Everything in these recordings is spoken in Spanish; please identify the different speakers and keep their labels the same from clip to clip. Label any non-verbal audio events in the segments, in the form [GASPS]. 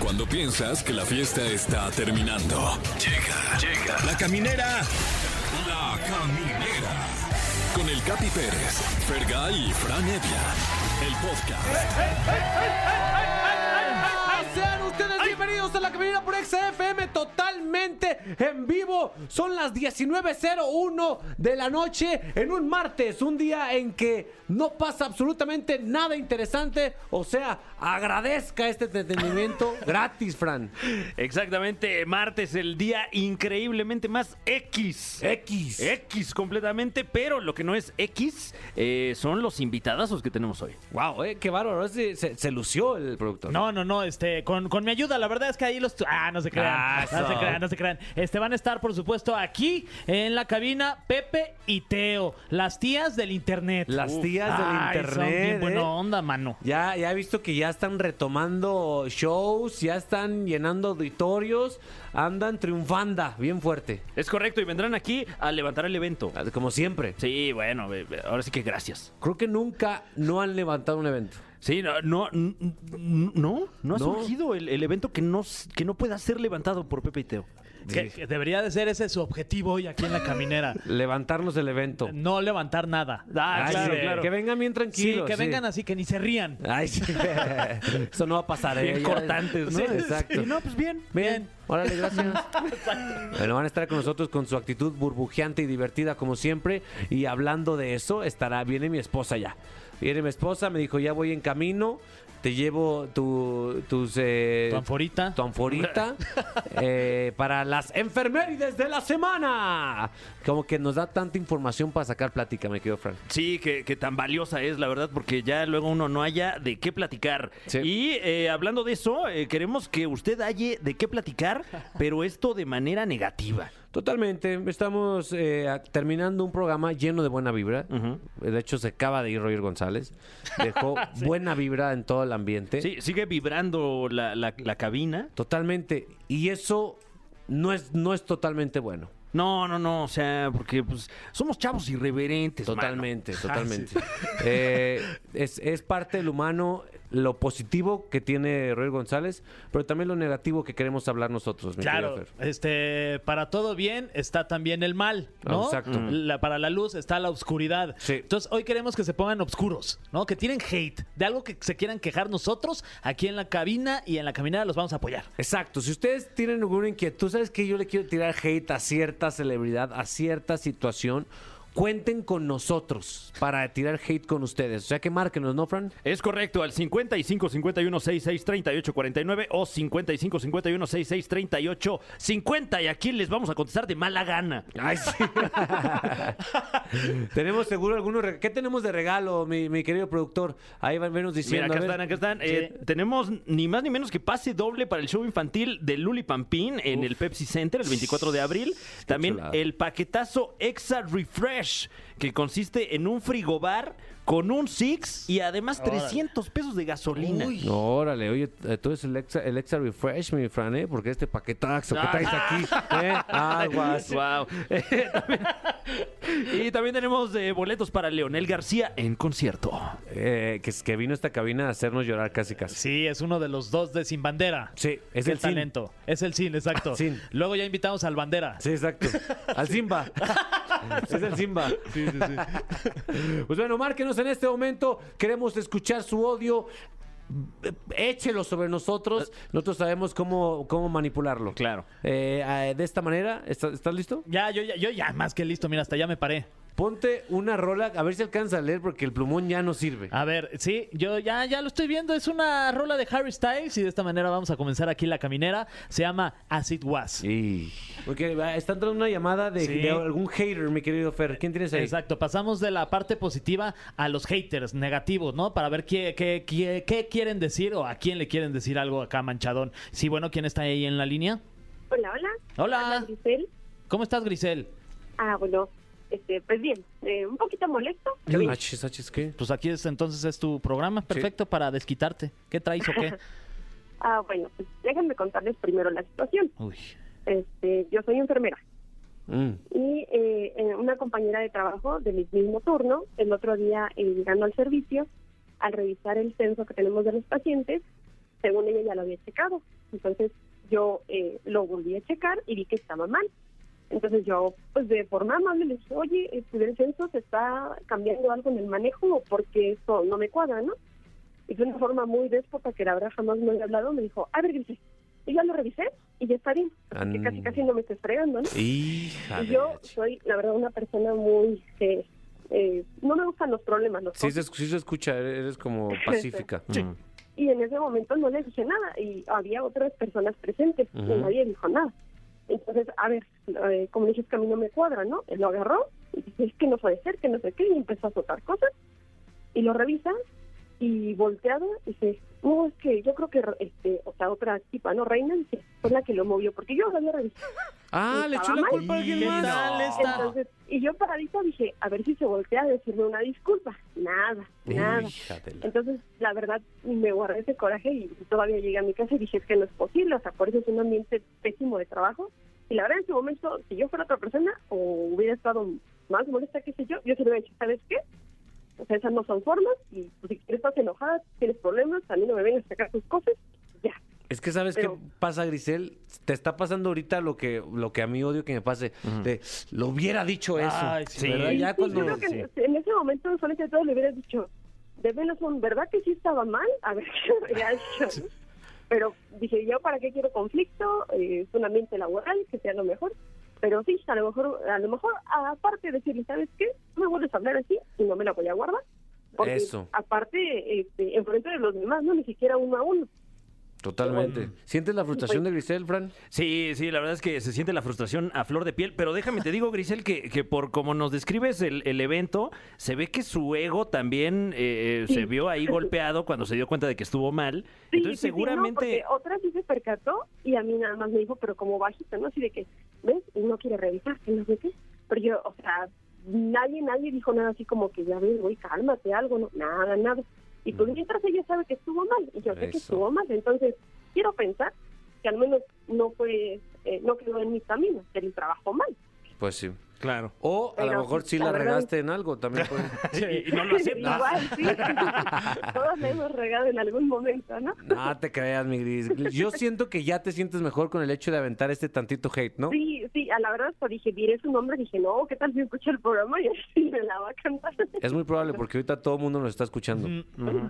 Speaker 1: Cuando piensas que la fiesta está terminando. Llega, llega. La caminera. La caminera. Con el Capi Pérez, Fergal y Fran Evia. El podcast.
Speaker 2: Ah, Sean ustedes bienvenidos a la caminera por XFM totalmente en vivo. Son las 19.01 de la noche en un martes, un día en que no pasa absolutamente nada interesante. O sea, agradezca este [LAUGHS] entretenimiento gratis, Fran.
Speaker 3: Exactamente, martes, el día increíblemente más X.
Speaker 2: X.
Speaker 3: X completamente, pero lo que no es X eh, son los invitadazos que tenemos hoy.
Speaker 2: Wow, eh, qué bárbaro. ese- Se, se lució el productor.
Speaker 4: No, no, no, este, con, con mi ayuda, la verdad es que ahí los... tu- Ah, no se crean,
Speaker 2: Ah,
Speaker 4: no se
Speaker 2: eso.
Speaker 4: crean, no se crean. Este, van a estar, por supuesto, aquí en la cabina Pepe y Teo, las tías del internet.
Speaker 2: Las tías del
Speaker 4: Ay, son
Speaker 2: internet,
Speaker 4: bien buena
Speaker 2: ¿eh?
Speaker 4: onda, mano.
Speaker 2: Ya, ya he visto que ya están retomando shows, ya están llenando auditorios, andan triunfanda, bien fuerte,
Speaker 3: Es correcto, y vendrán aquí a levantar el evento.
Speaker 2: Ah, como siempre.
Speaker 3: Sí, bueno, eh, eh, ahora sí que gracias.
Speaker 2: Creo que nunca no han levantado un evento.
Speaker 3: Sí, no, no, n- n- no, no ha
Speaker 2: No.
Speaker 3: surgido el, el evento que no, s- que no pueda ser levantado por Pepe y Teo.
Speaker 4: Que, que debería de ser ese su objetivo hoy aquí en
Speaker 2: [LAUGHS]
Speaker 4: la caminera.
Speaker 2: Levantarnos el evento.
Speaker 4: no levantar nada.
Speaker 3: Ah,
Speaker 2: Ay,
Speaker 3: claro,
Speaker 2: sí,
Speaker 3: claro.
Speaker 2: Que vengan bien
Speaker 4: Sí,
Speaker 2: tranquilos.
Speaker 4: que vengan así, que ni se rían.
Speaker 2: Ay,
Speaker 3: [LAUGHS]
Speaker 2: sí. Eso no va a pasar. ¿eh?
Speaker 3: Bien
Speaker 2: Ya-
Speaker 3: cortantes, ¿no?
Speaker 2: Sí, exacto.
Speaker 3: Sí, no, pues bien.
Speaker 2: Bien. Órale, gracias. bueno, van a estar con nosotros con su actitud burbujeante y divertida como siempre. Y hablando de eso, estará, viene mi esposa ya. Viene mi esposa, me dijo, ya voy en camino, te llevo tu, tus... eh,
Speaker 4: Tu anforita.
Speaker 2: tu anforita, eh, para las enfermerides de la semana. Como que nos da tanta información para sacar plática, me quedo Frank.
Speaker 3: Sí, que, que tan valiosa es, la verdad, porque ya luego uno no haya de qué platicar.
Speaker 2: Sí.
Speaker 3: Y eh, hablando de eso, eh, queremos que usted halle de
Speaker 2: [LAUGHS]
Speaker 3: qué platicar, pero esto de manera negativa.
Speaker 2: Totalmente, estamos eh, a- terminando un programa lleno de buena vibra.
Speaker 3: Ujú.
Speaker 2: De hecho, se acaba de ir Roger González. [LAUGHS] Dejó buena vibra en todo el ambiente.
Speaker 3: Sí, sigue vibrando la, la- la cabina.
Speaker 2: Totalmente. Y eso no es, no es totalmente bueno.
Speaker 3: No, no, no, o sea, porque pues somos chavos irreverentes. mano. [LAUGHS] Ah,
Speaker 2: Totalmente, totalmente. Eh, es, es parte del humano lo positivo que tiene Roger González, pero también lo negativo que queremos hablar nosotros. mi
Speaker 4: Claro,
Speaker 2: querido Fer.
Speaker 4: este, para todo bien está también el mal, ¿no?
Speaker 2: Ah, Exacto.
Speaker 4: La- para la luz está la oscuridad.
Speaker 2: Sí.
Speaker 4: Entonces, hoy queremos que se pongan oscuros, ¿no? Que tienen hate de algo que se quieran quejar nosotros aquí en la cabina y en la caminada los vamos a apoyar.
Speaker 2: Exacto, si ustedes tienen alguna inquietud, sabes que yo le quiero tirar hate a cierta celebridad, a cierta situación, cuenten con nosotros para tirar hate con ustedes. O sea que márquenos, ¿no, Fran?
Speaker 3: Es correcto, al 55 51 66 38 49 o 55 51 66 38 50. Y aquí les vamos a contestar de mala gana.
Speaker 2: Ay,
Speaker 3: [LAUGHS]
Speaker 2: sí. tenemos seguro algunos. reg- ¿Qué tenemos de regalo, mi, mi querido productor? Ahí van menos
Speaker 3: Mira,
Speaker 2: diciendo.
Speaker 3: acá
Speaker 2: a ver.
Speaker 3: están, acá están. Eh, tenemos ni más ni menos que pase doble para el show infantil de Luli Pampín en el Pepsi Center el 24 de abril. También
Speaker 2: chulada.
Speaker 3: el paquetazo Exa Refresh, que consiste en un frigobar con un Six y además 300 pesos de gasolina. [LAUGHS]
Speaker 2: No, Órale, oye, eh, tú eres el extra, el extra refresh, mi Fran, ¿eh? Porque este paquetazo que
Speaker 3: Ah.
Speaker 2: traes aquí,
Speaker 4: [LAUGHS]
Speaker 2: ¿eh? Aguas.
Speaker 3: Wow. y también tenemos eh, boletos para Leonel García en concierto.
Speaker 2: Eh, que, que vino a esta cabina a hacernos llorar casi casi.
Speaker 4: Sí, es uno de los dos de Sin Bandera.
Speaker 2: Sí, es
Speaker 4: Qué
Speaker 2: el Sin.
Speaker 4: talento. Es el Sin, exacto.
Speaker 2: [LAUGHS] Sin.
Speaker 4: Luego ya invitamos al Bandera.
Speaker 2: Sí, exacto. Al Simba.
Speaker 4: [LAUGHS]
Speaker 2: es el Simba.
Speaker 4: Sí, sí, sí.
Speaker 2: Pues bueno, márquenos en este momento. Queremos escuchar su odio. Échelo sobre
Speaker 4: Eh.
Speaker 2: nosotros. Nosotros sabemos cómo, cómo manipularlo.
Speaker 3: Claro.
Speaker 2: Eh, eh, de esta manera, ¿está- ¿estás listo?
Speaker 4: Ya, yo, ya, yo ya más que listo, mira, hasta ya me paré.
Speaker 2: Ponte una rola, a ver si alcanza a leer porque el plumón ya no sirve.
Speaker 4: A ver, sí, yo ya, ya lo estoy viendo. Es una rola de Harry Styles y de esta manera vamos a comenzar aquí la caminera. Se llama As It Was.
Speaker 2: Y... Porque va, está entrando una llamada de,
Speaker 4: Sí.
Speaker 2: de algún hater, mi querido Fer. ¿Quién tienes ahí?
Speaker 4: Exacto, pasamos de la parte positiva a los haters negativos, ¿no? Para ver qué, qué, qué, qué quieren decir o a quién le quieren decir algo acá, manchadón. Sí, bueno, ¿quién está ahí en la línea?
Speaker 5: Hola, hola.
Speaker 4: Hola.
Speaker 3: Ah.
Speaker 5: Habla Grisel.
Speaker 4: ¿Cómo estás, Grisel?
Speaker 5: Ah, bueno, este, pues bien, eh, un poquito molesto. pero bien.
Speaker 2: Ah, chis, ah, chis, ¿qué?
Speaker 4: Pues aquí es, entonces es tu programa perfecto para desquitarte. ¿Qué traes o qué?
Speaker 5: Ah, bueno, pues déjenme contarles primero la situación.
Speaker 4: Uy.
Speaker 5: Este, yo soy enfermera
Speaker 2: Mm.
Speaker 5: y eh, eh, una compañera de trabajo de mi mismo turno, el otro día eh, llegando al servicio, al revisar el censo que tenemos de los pacientes, según ella ya lo había checado. Entonces yo eh, lo volví a checar y vi que estaba mal. Entonces yo, pues de forma amable, le dije, oye, este, del censo se está cambiando algo en el manejo porque eso no me cuadra, ¿no? Y de una forma muy déspota que la verdad jamás me había hablado, me dijo, a ver, Grisel, y ya lo revisé y ya está bien. Así que
Speaker 2: An-
Speaker 5: casi casi no me estés fregando, ¿no?
Speaker 2: Hija
Speaker 5: Y
Speaker 2: de
Speaker 5: yo
Speaker 2: la ch-
Speaker 5: soy, la verdad, una persona muy... eh, eh, no me gustan los problemas, los
Speaker 2: Sí se, escu- sí se escucha, e-, eres
Speaker 5: [LAUGHS]
Speaker 2: como pacífica. Mm.
Speaker 5: y en ese momento no le dije nada y había otras personas presentes
Speaker 2: Ujú.
Speaker 5: y nadie dijo nada. Entonces, a ver, eh, como dije, es que a mí no me cuadra, ¿no? Él lo agarró y dice, es que no puede ser, que no sé qué, y empezó a soltar cosas y lo revisa y volteado dice, no, es que yo creo que, este, o sea, otra tipa, ¿no? Reina, dice, fue la que lo movió porque yo lo había revisado.
Speaker 2: Ah, le echó
Speaker 5: estaba
Speaker 2: la
Speaker 5: mal.
Speaker 2: culpa a alguien
Speaker 4: ¿Qué
Speaker 2: más.
Speaker 4: tal esta?
Speaker 5: Entonces, y yo paradita dije, a ver si se voltea a decirme una disculpa. Nada, nada. Em,
Speaker 2: Hija de la-
Speaker 5: Entonces, la verdad, me guardé ese coraje y todavía llegué a mi casa y dije, es que no es posible, o sea, por eso es un ambiente pésimo de trabajo. Y la verdad, en su momento, si yo fuera otra persona o hubiera estado más molesta que sé yo, yo se lo hubiera dicho, ¿sabes qué? O sea, esas no son formas y pues, si quieres estás enojada, tienes problemas, a mí no me vengas a sacar tus cosas, ya.
Speaker 2: Es que sabes
Speaker 5: Pero-
Speaker 2: qué pasa, Grisel. Te está pasando ahorita lo que, lo que a mí odio que me pase. De, lo hubiera dicho eso.
Speaker 4: Ay, sí.
Speaker 2: ¿Verdad?
Speaker 5: Sí,
Speaker 2: Ya
Speaker 5: sí,
Speaker 2: cuando-
Speaker 5: yo creo que en- en ese momento, solamente todo le hubieras dicho, de menos un, ¿verdad que sí estaba mal? A ver, [LAUGHS] ¿qué hubiera dicho? ¿no? Pero dije, ¿yo para qué quiero conflicto? Eh, es un ambiente laboral, que sea lo mejor. Pero sí, a lo mejor, a lo mejor aparte de decirle, ¿sabes qué? No me vuelves a hablar así y no me la voy a guardar. Porque
Speaker 2: Eso.
Speaker 5: aparte, este, enfrente de los demás, no ni siquiera uno a uno.
Speaker 2: Totalmente. ¿Sientes la frustración de
Speaker 5: Pues
Speaker 2: Grisel, Fran?
Speaker 3: Sí, sí, la verdad es que se siente la frustración a flor de piel, pero déjame te digo, Grisel, que, que por como nos describes el, el evento, se ve que su ego también eh, eh, se vio ahí golpeado cuando se dio cuenta de que estuvo mal.
Speaker 5: Sí,
Speaker 3: Entonces
Speaker 5: sí, sí, no,
Speaker 3: seguramente...
Speaker 5: porque otra sí se percató y a mí nada más me dijo, pero como bajito, ¿no? Así de que, ¿ves? Y no quiere revisar, que no sé qué. Pero yo, o sea, nadie, nadie dijo nada así como que, ya ves, güey, cálmate, algo, no, nada, nada. Y
Speaker 3: Mm.
Speaker 5: pues mientras ella sabe que estuvo mal, y yo sé que
Speaker 2: Eso.
Speaker 5: estuvo mal, entonces quiero pensar que al menos no fue, eh, no quedó en mi camino, que él trabajó mal.
Speaker 2: Pues sí.
Speaker 5: oh,
Speaker 3: Claro.
Speaker 2: O a lo
Speaker 5: Pero,
Speaker 2: mejor sí
Speaker 5: la
Speaker 2: la
Speaker 5: verdad-
Speaker 2: regaste en algo también. puede-
Speaker 5: [LAUGHS]
Speaker 3: Y, y no lo aceptas.
Speaker 5: Igual, sí.
Speaker 3: [LAUGHS]
Speaker 5: Todos le hemos regado en algún momento, ¿no?
Speaker 2: No te creas, mi Gris. Yo siento que ya te sientes mejor con el hecho de aventar este tantito hate, ¿no?
Speaker 5: Sí, sí, a la verdad hasta dije, diré su nombre, dije, no, ¿qué tal si escucha el programa? [LAUGHS] Y así me la va a cantar.
Speaker 2: Es muy probable porque ahorita todo el mundo nos está escuchando.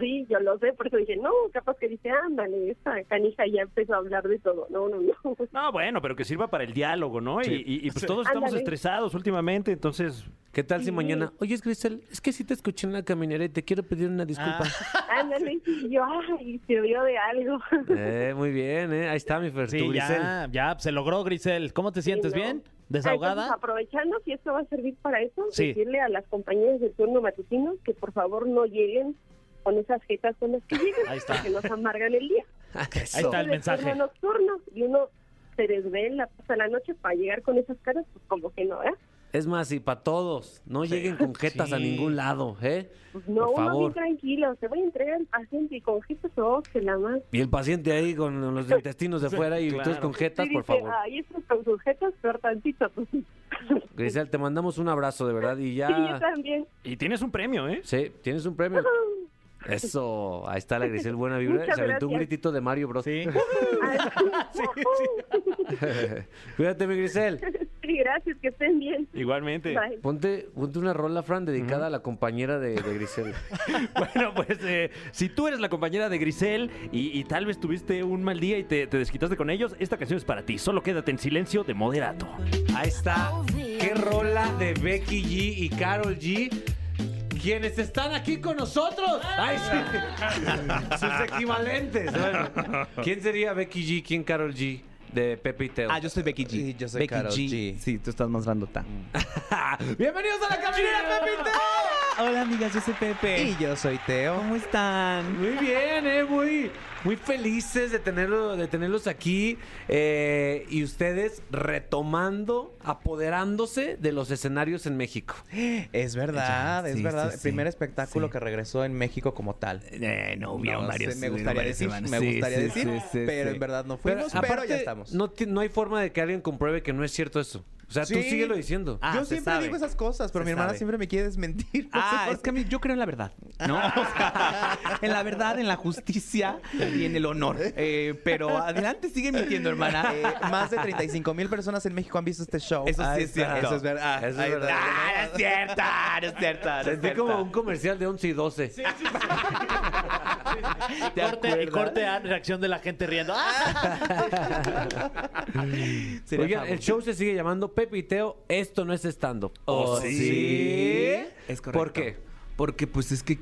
Speaker 5: Sí, yo lo sé, por eso dije, no, capaz que dice, ándale, esta canija ya empezó a hablar de todo. No, no,
Speaker 4: [LAUGHS]
Speaker 5: no.
Speaker 3: No, bueno, pero que sirva para el diálogo, ¿no? Y- Y, y, pues todos estamos
Speaker 5: Ándale.
Speaker 3: estresados últimamente, entonces...
Speaker 2: ¿Qué tal si mañana? Oye, Grisel, es que sí te escuché en la caminera y te quiero pedir una disculpa.
Speaker 5: Ah. Ándale, y yo, ay, se oyó de algo.
Speaker 2: Eh, muy bien, ¿eh? Ahí está mi Fer,
Speaker 4: Sí,
Speaker 2: tu Grisel.
Speaker 4: ya, ya, se logró, Grisel. ¿Cómo te sientes?
Speaker 5: ¿no?
Speaker 4: ¿Bien?
Speaker 5: Ah,
Speaker 4: ¿Desahogada?
Speaker 5: entonces, aprovechando si esto va a servir para eso,
Speaker 4: Sí.
Speaker 5: decirle a las compañías del turno matutino que por favor no lleguen con esas jetas con las que llegan,
Speaker 4: [LAUGHS] Ahí está.
Speaker 5: porque nos amargan el día.
Speaker 2: [LAUGHS]
Speaker 4: Ahí está el
Speaker 5: Entonces,
Speaker 4: mensaje.
Speaker 5: turno nocturno y uno se desvela hasta la noche para llegar con esas caras, pues como que no, ¿eh?
Speaker 2: Es más, y para todos, no lleguen con jetas a
Speaker 4: Sí.
Speaker 2: ningún lado, ¿eh?
Speaker 5: Pues, No,
Speaker 2: Por
Speaker 5: uno bien
Speaker 2: favor.
Speaker 5: tranquilo, se voy a entregar al paciente y con gestos ojos que la más.
Speaker 2: Y el paciente ahí con los intestinos
Speaker 4: [LAUGHS]
Speaker 2: de fuera y todos con jetas,
Speaker 5: Sí,
Speaker 2: por
Speaker 5: dice,
Speaker 2: favor.
Speaker 5: Ay, estos con sus gestos, pero tantito. [LAUGHS] Pues, sí,
Speaker 2: Grisel, te mandamos un abrazo, de verdad, y
Speaker 5: yo
Speaker 2: ya...
Speaker 5: también.
Speaker 3: Y tienes un premio, ¿eh?
Speaker 2: Sí, tienes un premio. Eso, ahí está la Grisel, buena vibra.
Speaker 5: Muchas
Speaker 2: Se aventó un
Speaker 5: gracias.
Speaker 2: gritito de Mario Bros.
Speaker 4: Sí.
Speaker 5: Ay,
Speaker 2: [LAUGHS] Cuídate, mi Grisel.
Speaker 5: [LAUGHS] sí, gracias, que estén bien.
Speaker 3: Igualmente.
Speaker 5: Bye.
Speaker 2: Ponte, ponte una rola, Fran, dedicada a la compañera de, de Grisel.
Speaker 3: [LAUGHS] Bueno, pues eh, si tú eres la compañera de Grisel y, y tal vez tuviste un mal día y te, te desquitaste con ellos, esta canción es para ti. Solo quédate en silencio de moderato.
Speaker 2: Ahí está. Qué rola de Becky G y Carol G. Quienes están aquí con nosotros. Ay, sí. [LAUGHS] Sus equivalentes. Bueno, ¿Quién sería Becky G? ¿Quién Carol G? De Pepe y Teo.
Speaker 6: Ah, yo soy Becky G.
Speaker 7: Y yo soy
Speaker 6: Becky
Speaker 7: Karol G.
Speaker 6: Sí, tú estás más grandota.
Speaker 2: [LAUGHS] Bienvenidos a la caminera, Pepe y Teo.
Speaker 7: Hola amigas, yo soy Pepe.
Speaker 6: Y yo soy Teo.
Speaker 7: ¿Cómo están?
Speaker 2: Muy bien, eh, muy, muy felices de, tenerlo, de tenerlos aquí eh, y ustedes retomando, apoderándose de los escenarios en México.
Speaker 7: Es verdad,
Speaker 6: Ya,
Speaker 7: es
Speaker 6: sí,
Speaker 7: verdad.
Speaker 6: sí, sí.
Speaker 7: Primer espectáculo
Speaker 6: Sí.
Speaker 7: que regresó en México como tal.
Speaker 6: Eh, no
Speaker 7: No
Speaker 6: hubieron
Speaker 7: sé,
Speaker 6: varios.
Speaker 7: me
Speaker 6: hubieron
Speaker 7: gustaría
Speaker 6: varias
Speaker 7: decir,
Speaker 6: semanas.
Speaker 7: me
Speaker 6: Sí,
Speaker 7: gustaría
Speaker 6: sí,
Speaker 7: decir,
Speaker 6: sí, sí,
Speaker 7: pero
Speaker 6: sí.
Speaker 7: en verdad no fuimos, pero,
Speaker 2: aparte,
Speaker 7: ya estamos.
Speaker 2: No, ti- no hay forma de que alguien compruebe que no es cierto eso. O sea, tú
Speaker 7: Sí.
Speaker 2: síguelo diciendo.
Speaker 6: Ah,
Speaker 7: yo
Speaker 6: se
Speaker 7: siempre
Speaker 6: sabe.
Speaker 7: digo esas cosas, pero
Speaker 6: Se
Speaker 7: mi hermana
Speaker 6: sabe.
Speaker 7: siempre me quiere desmentir. [LAUGHS] no sé
Speaker 6: Ah,
Speaker 7: por
Speaker 6: es que a
Speaker 7: qué.
Speaker 6: mí- yo creo en la verdad,
Speaker 7: [LAUGHS]
Speaker 6: ¿no? O sea, en la verdad, en la justicia y en el honor. Eh, pero adelante, sigue mintiendo, hermana.
Speaker 7: Eh, más de 35 mil personas en México han visto este show.
Speaker 6: Eso sí
Speaker 7: Ahí
Speaker 6: es
Speaker 7: está,
Speaker 6: cierto.
Speaker 7: Eso es verdad. Ah,
Speaker 2: Eso es
Speaker 7: ahí está.
Speaker 2: verdad.
Speaker 6: Ah, no es cierta, no es cierta. no
Speaker 2: [LAUGHS]
Speaker 6: es
Speaker 2: Sentí como
Speaker 6: cierta.
Speaker 2: un comercial de 11 y 12.
Speaker 4: Y corte, y corte a reacción de la gente riendo. ¡Ah!
Speaker 6: Sería
Speaker 2: Oigan,
Speaker 6: fabuloso.
Speaker 2: el show se sigue llamando Pepe y Teo, esto no es stand-up.
Speaker 6: Oh, sí.
Speaker 2: sí.
Speaker 6: Es correcto.
Speaker 2: ¿Por qué?
Speaker 6: Porque pues es que,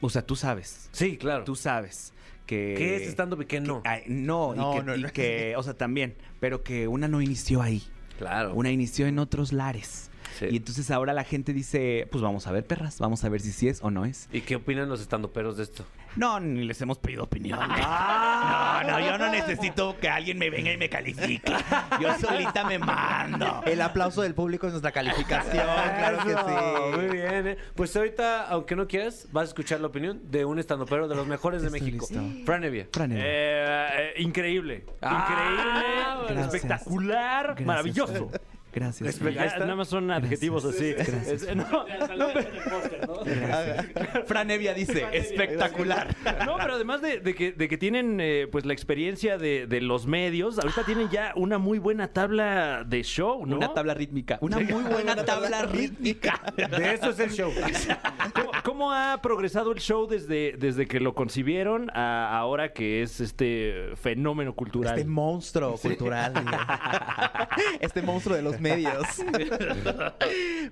Speaker 6: o sea, tú sabes,
Speaker 2: Sí, claro.
Speaker 6: tú sabes que...
Speaker 2: ¿Qué es stand-up y qué no?
Speaker 6: Ay, no,
Speaker 7: No,
Speaker 6: y, que,
Speaker 7: no,
Speaker 6: y
Speaker 7: no.
Speaker 6: que, o sea, también, pero que una no inició ahí,
Speaker 2: Claro.
Speaker 6: una inició en otros lares.
Speaker 2: Sí.
Speaker 6: Y entonces ahora la gente dice, pues vamos a ver, perras, vamos a ver si sí es o no es.
Speaker 2: ¿Y qué opinan los estandoperos de esto?
Speaker 6: No, ni les hemos pedido opinión.
Speaker 7: [LAUGHS]
Speaker 6: No, no, yo no necesito que alguien me venga y me califique. Yo
Speaker 7: [LAUGHS]
Speaker 6: solita me mando.
Speaker 7: El aplauso del público es nuestra
Speaker 6: [LAUGHS]
Speaker 7: calificación,
Speaker 4: Ah,
Speaker 7: claro que
Speaker 2: Eso, Muy
Speaker 7: sí.
Speaker 2: bien, ¿eh? Pues ahorita, aunque no quieras, vas a escuchar la opinión de un estandopero de los mejores de
Speaker 6: Estoy
Speaker 2: México.
Speaker 6: listo.
Speaker 2: Fran Evia.
Speaker 6: Fran, Evia.
Speaker 3: Eh, eh, increíble.
Speaker 2: Ah,
Speaker 3: increíble.
Speaker 6: gracias.
Speaker 3: Espectacular.
Speaker 6: Gracias,
Speaker 3: maravilloso.
Speaker 6: Fran. Gracias.
Speaker 3: Ya,
Speaker 6: Fran.
Speaker 3: nada más son adjetivos así.
Speaker 6: Gracias.
Speaker 3: Es- eh, no, no, pero-
Speaker 6: Fran Evia dice, espectacular.
Speaker 3: No, pero además de, de que, de que tienen eh, pues la experiencia de, de los medios, ahorita tienen ya una muy buena tabla de show, ¿no?
Speaker 6: Una tabla rítmica. Una muy buena tabla rítmica.
Speaker 2: De eso es el show.
Speaker 3: [LAUGHS] ¿Cómo, cómo ha progresado el show desde, desde que lo concibieron a ahora que es este fenómeno cultural?
Speaker 7: Este monstruo cultural. digo. [LAUGHS] este monstruo de los medios.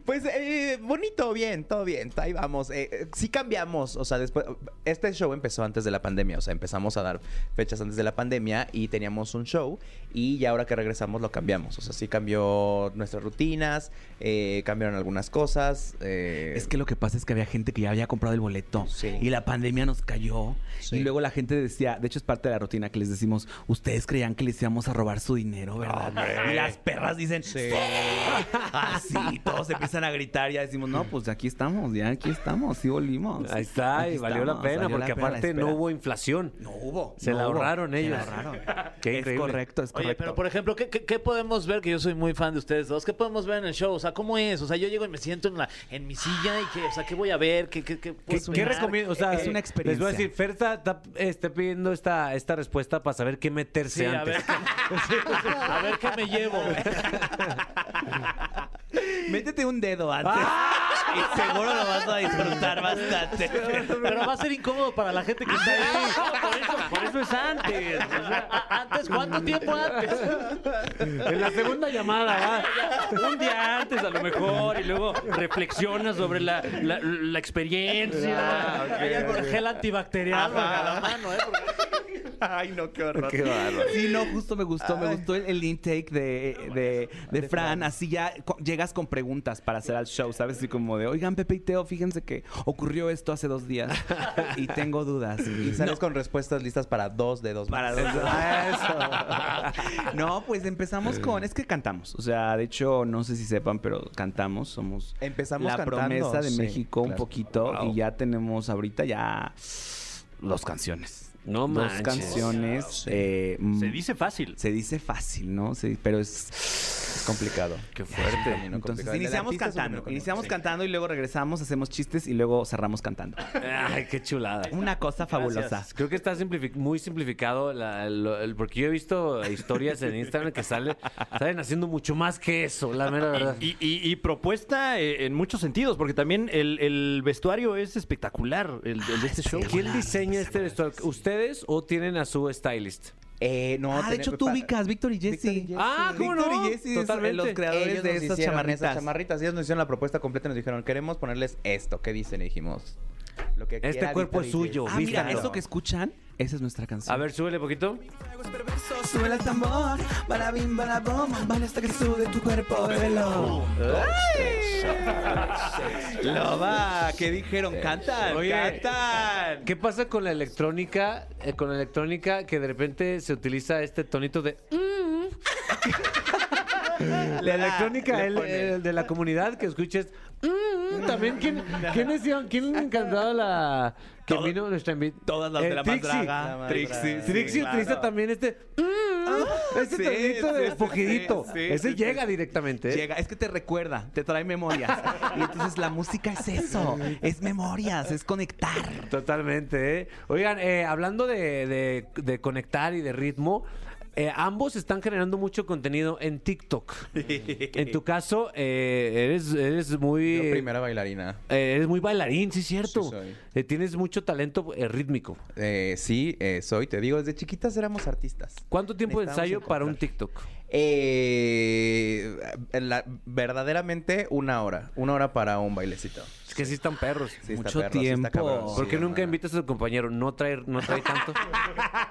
Speaker 7: pues eh, bonito, bien, todo bien. Ahí vamos. Eh, eh, sí cambiamos. O sea, después. Este show empezó antes de la pandemia. O sea, empezamos a dar fechas antes de la pandemia y teníamos un show. Y ya ahora que regresamos lo cambiamos. O sea, sí cambió nuestras rutinas. eh, cambiaron algunas cosas. eh,
Speaker 6: Es que lo que pasa es que había gente que ya había comprado el boleto
Speaker 7: Sí.
Speaker 6: y la pandemia nos cayó.
Speaker 7: Sí.
Speaker 6: Y luego la gente decía, de hecho es parte de la rutina que les decimos, ustedes creían que les íbamos a robar su dinero, ¿verdad? Y las perras dicen, sí. Así, todos empiezan a gritar, ya decimos, no, pues aquí estamos, ya aquí estamos, sí volvimos.
Speaker 2: Ahí está,
Speaker 6: Aquí
Speaker 2: y valió la
Speaker 6: estamos,
Speaker 2: pena,
Speaker 6: valió la
Speaker 2: porque
Speaker 6: pena la
Speaker 2: aparte no
Speaker 6: espera.
Speaker 2: hubo inflación.
Speaker 6: No hubo.
Speaker 2: Se
Speaker 6: no
Speaker 2: la
Speaker 6: hubo.
Speaker 2: ahorraron
Speaker 6: Se
Speaker 2: ellos.
Speaker 6: la ahorraron.
Speaker 2: [LAUGHS] Qué
Speaker 6: es
Speaker 2: increíble.
Speaker 6: correcto, es correcto.
Speaker 4: Oye, pero por ejemplo, ¿qué, qué, qué podemos ver? Que yo soy muy fan de ustedes dos. ¿Qué podemos ver en el show? O sea, ¿cómo es? O sea, yo llego y me siento en, la, en mi silla y que, o sea, ¿qué voy a ver? ¿Qué, qué, qué,
Speaker 2: ¿Qué,
Speaker 4: puedo
Speaker 2: qué
Speaker 4: esperar?
Speaker 2: recomiendo? O sea,
Speaker 6: Es
Speaker 2: Les voy a
Speaker 6: una experiencia.
Speaker 2: decir, Fer está, está, este, pidiendo esta, esta respuesta para saber qué meterse
Speaker 4: Sí, a
Speaker 2: antes.
Speaker 4: ver, [LAUGHS] qué- [LAUGHS] a ver qué me llevo.
Speaker 2: e-
Speaker 6: Métete un dedo antes.
Speaker 2: [LAUGHS]
Speaker 6: Y seguro lo vas a disfrutar bastante. [LAUGHS]
Speaker 4: Pero va a ser incómodo para la gente que
Speaker 2: [LAUGHS]
Speaker 4: está ahí. Por eso, por eso es antes. O sea, a- ¿Antes? ¿Cuánto tiempo antes?
Speaker 2: En la segunda llamada,
Speaker 3: Un día antes a lo mejor y luego reflexionas sobre la, la- la experiencia.
Speaker 2: Ah,
Speaker 4: Hay algo de gel
Speaker 6: Ah,
Speaker 4: antibacterial
Speaker 7: Ajá.
Speaker 4: a la mano, ¿eh? Porque-
Speaker 7: Ay, no, [LAUGHS] qué horror.
Speaker 6: Sí, no, justo me gustó, me gustó el, el intake de, de- de Fran. Así ya cu- llegas con preguntas para hacer al show, ¿sabes? Así como de, oigan, Pepe y Teo, fíjense que ocurrió esto hace dos días y tengo dudas.
Speaker 7: Y sales con respuestas listas para dos de dos.
Speaker 6: Para
Speaker 7: más.
Speaker 6: los dos. No, pues empezamos con. Es que cantamos. O sea, de hecho, no sé si sepan, pero cantamos. Somos
Speaker 7: Empezamos
Speaker 6: la
Speaker 7: cantando,
Speaker 6: promesa de
Speaker 7: sí,
Speaker 6: México un
Speaker 7: claro.
Speaker 6: poquito.
Speaker 2: Wow.
Speaker 6: Y ya tenemos ahorita ya dos canciones.
Speaker 2: No
Speaker 6: dos
Speaker 2: manches.
Speaker 6: canciones. eh, mm,
Speaker 3: Se dice fácil.
Speaker 6: se dice fácil, ¿no? Se- pero es.
Speaker 7: Es complicado.
Speaker 2: Qué fuerte.
Speaker 7: Camino
Speaker 6: Entonces
Speaker 7: complicado. El
Speaker 6: iniciamos
Speaker 7: artista es un
Speaker 6: cantando,
Speaker 7: camino
Speaker 6: iniciamos
Speaker 7: complicado.
Speaker 6: cantando y luego regresamos, hacemos chistes y luego cerramos cantando.
Speaker 2: Ay, qué chulada.
Speaker 6: Una cosa fabulosa.
Speaker 2: Creo que está simplifi- muy simplificado, la- lo- el- porque yo he visto historias en Instagram que salen, salen haciendo mucho más que eso, la mera verdad.
Speaker 3: Y, y- y propuesta eh, en muchos sentidos, porque también el, el vestuario es espectacular, el, el de este show.
Speaker 2: ¿Quién diseña este vestuario? ¿Ustedes o tienen a su stylist?
Speaker 7: Eh, no,
Speaker 6: ah, de
Speaker 7: tenemos-
Speaker 6: hecho tú
Speaker 7: para-
Speaker 6: ubicas Víctor y
Speaker 7: Víctor y
Speaker 6: Jessy.
Speaker 7: Jessy.
Speaker 2: Ah, ¿cómo
Speaker 6: Víctor
Speaker 2: no?
Speaker 6: y Jessy son
Speaker 2: Totalmente.
Speaker 6: los creadores
Speaker 7: Ellos
Speaker 6: de
Speaker 7: nos
Speaker 6: esas
Speaker 7: hicieron
Speaker 6: chamarritas.
Speaker 7: esas chamarritas. Ellos nos hicieron la propuesta completa y nos dijeron, queremos ponerles esto. ¿Qué dicen? Y dijimos, lo que
Speaker 2: Este
Speaker 7: quiera
Speaker 2: cuerpo
Speaker 7: Víctor
Speaker 2: es
Speaker 7: y
Speaker 2: suyo,
Speaker 7: Jessy.
Speaker 6: Ah, mira,
Speaker 2: Vístanlo.
Speaker 6: eso que escuchan, esa es nuestra canción.
Speaker 2: A ver, súbele poquito.
Speaker 6: Sube el tambor, balabim, balabom, vale hasta que sube tu cuerpo, bébelo. Loba, ¿qué dijeron? Cantan,
Speaker 2: Oye.
Speaker 6: cantan.
Speaker 2: ¿Qué pasa con la electrónica? eh, con la electrónica que de repente se utiliza este tonito de. [LAUGHS] La electrónica el, el de la comunidad que escuches. mm, también, ¿quién, quién, es, quién le encantaba la. que
Speaker 6: Todo-
Speaker 2: vino nuestra invitada?
Speaker 6: Todas las de la
Speaker 2: Trixie.
Speaker 6: mandraga.
Speaker 7: Trixie.
Speaker 2: Trixie utiliza también este. mm, Ese
Speaker 6: Ah, Sí,
Speaker 2: tonito de
Speaker 6: sí, sí,
Speaker 2: espuquidito.
Speaker 6: sí, sí,
Speaker 2: ese
Speaker 6: sí,
Speaker 2: llega
Speaker 6: sí.
Speaker 2: directamente. ¿eh?
Speaker 6: Llega, es que te recuerda, te trae memorias. Y entonces la música es eso, es memorias, es conectar.
Speaker 2: Totalmente, ¿eh? Oigan, eh, hablando de, de- de conectar y de ritmo, eh, ambos están generando mucho contenido en
Speaker 7: [LAUGHS]
Speaker 2: TikTok. En tu caso, eh, eres, eres muy...
Speaker 7: Yo primera bailarina.
Speaker 2: eh, eres muy bailarín, sí es cierto.
Speaker 7: Sí soy.
Speaker 2: Eh, tienes mucho talento eh, rítmico.
Speaker 7: Eh, sí, eh, soy, te digo, desde chiquitas éramos artistas.
Speaker 2: ¿Cuánto tiempo de
Speaker 7: Necesitamos
Speaker 2: ensayo para un
Speaker 7: encontrar.
Speaker 2: TikTok?
Speaker 7: Eh, la- verdaderamente una hora. Una hora para un bailecito.
Speaker 2: Es que sí están perros.
Speaker 7: Sí, está
Speaker 6: Mucho
Speaker 7: perro, sí está
Speaker 6: tiempo.
Speaker 7: cabrón, sí,
Speaker 2: ¿Por qué nunca
Speaker 7: hermana.
Speaker 2: invitas a tu compañero? No trae, no trae
Speaker 7: [LAUGHS]
Speaker 2: tanto.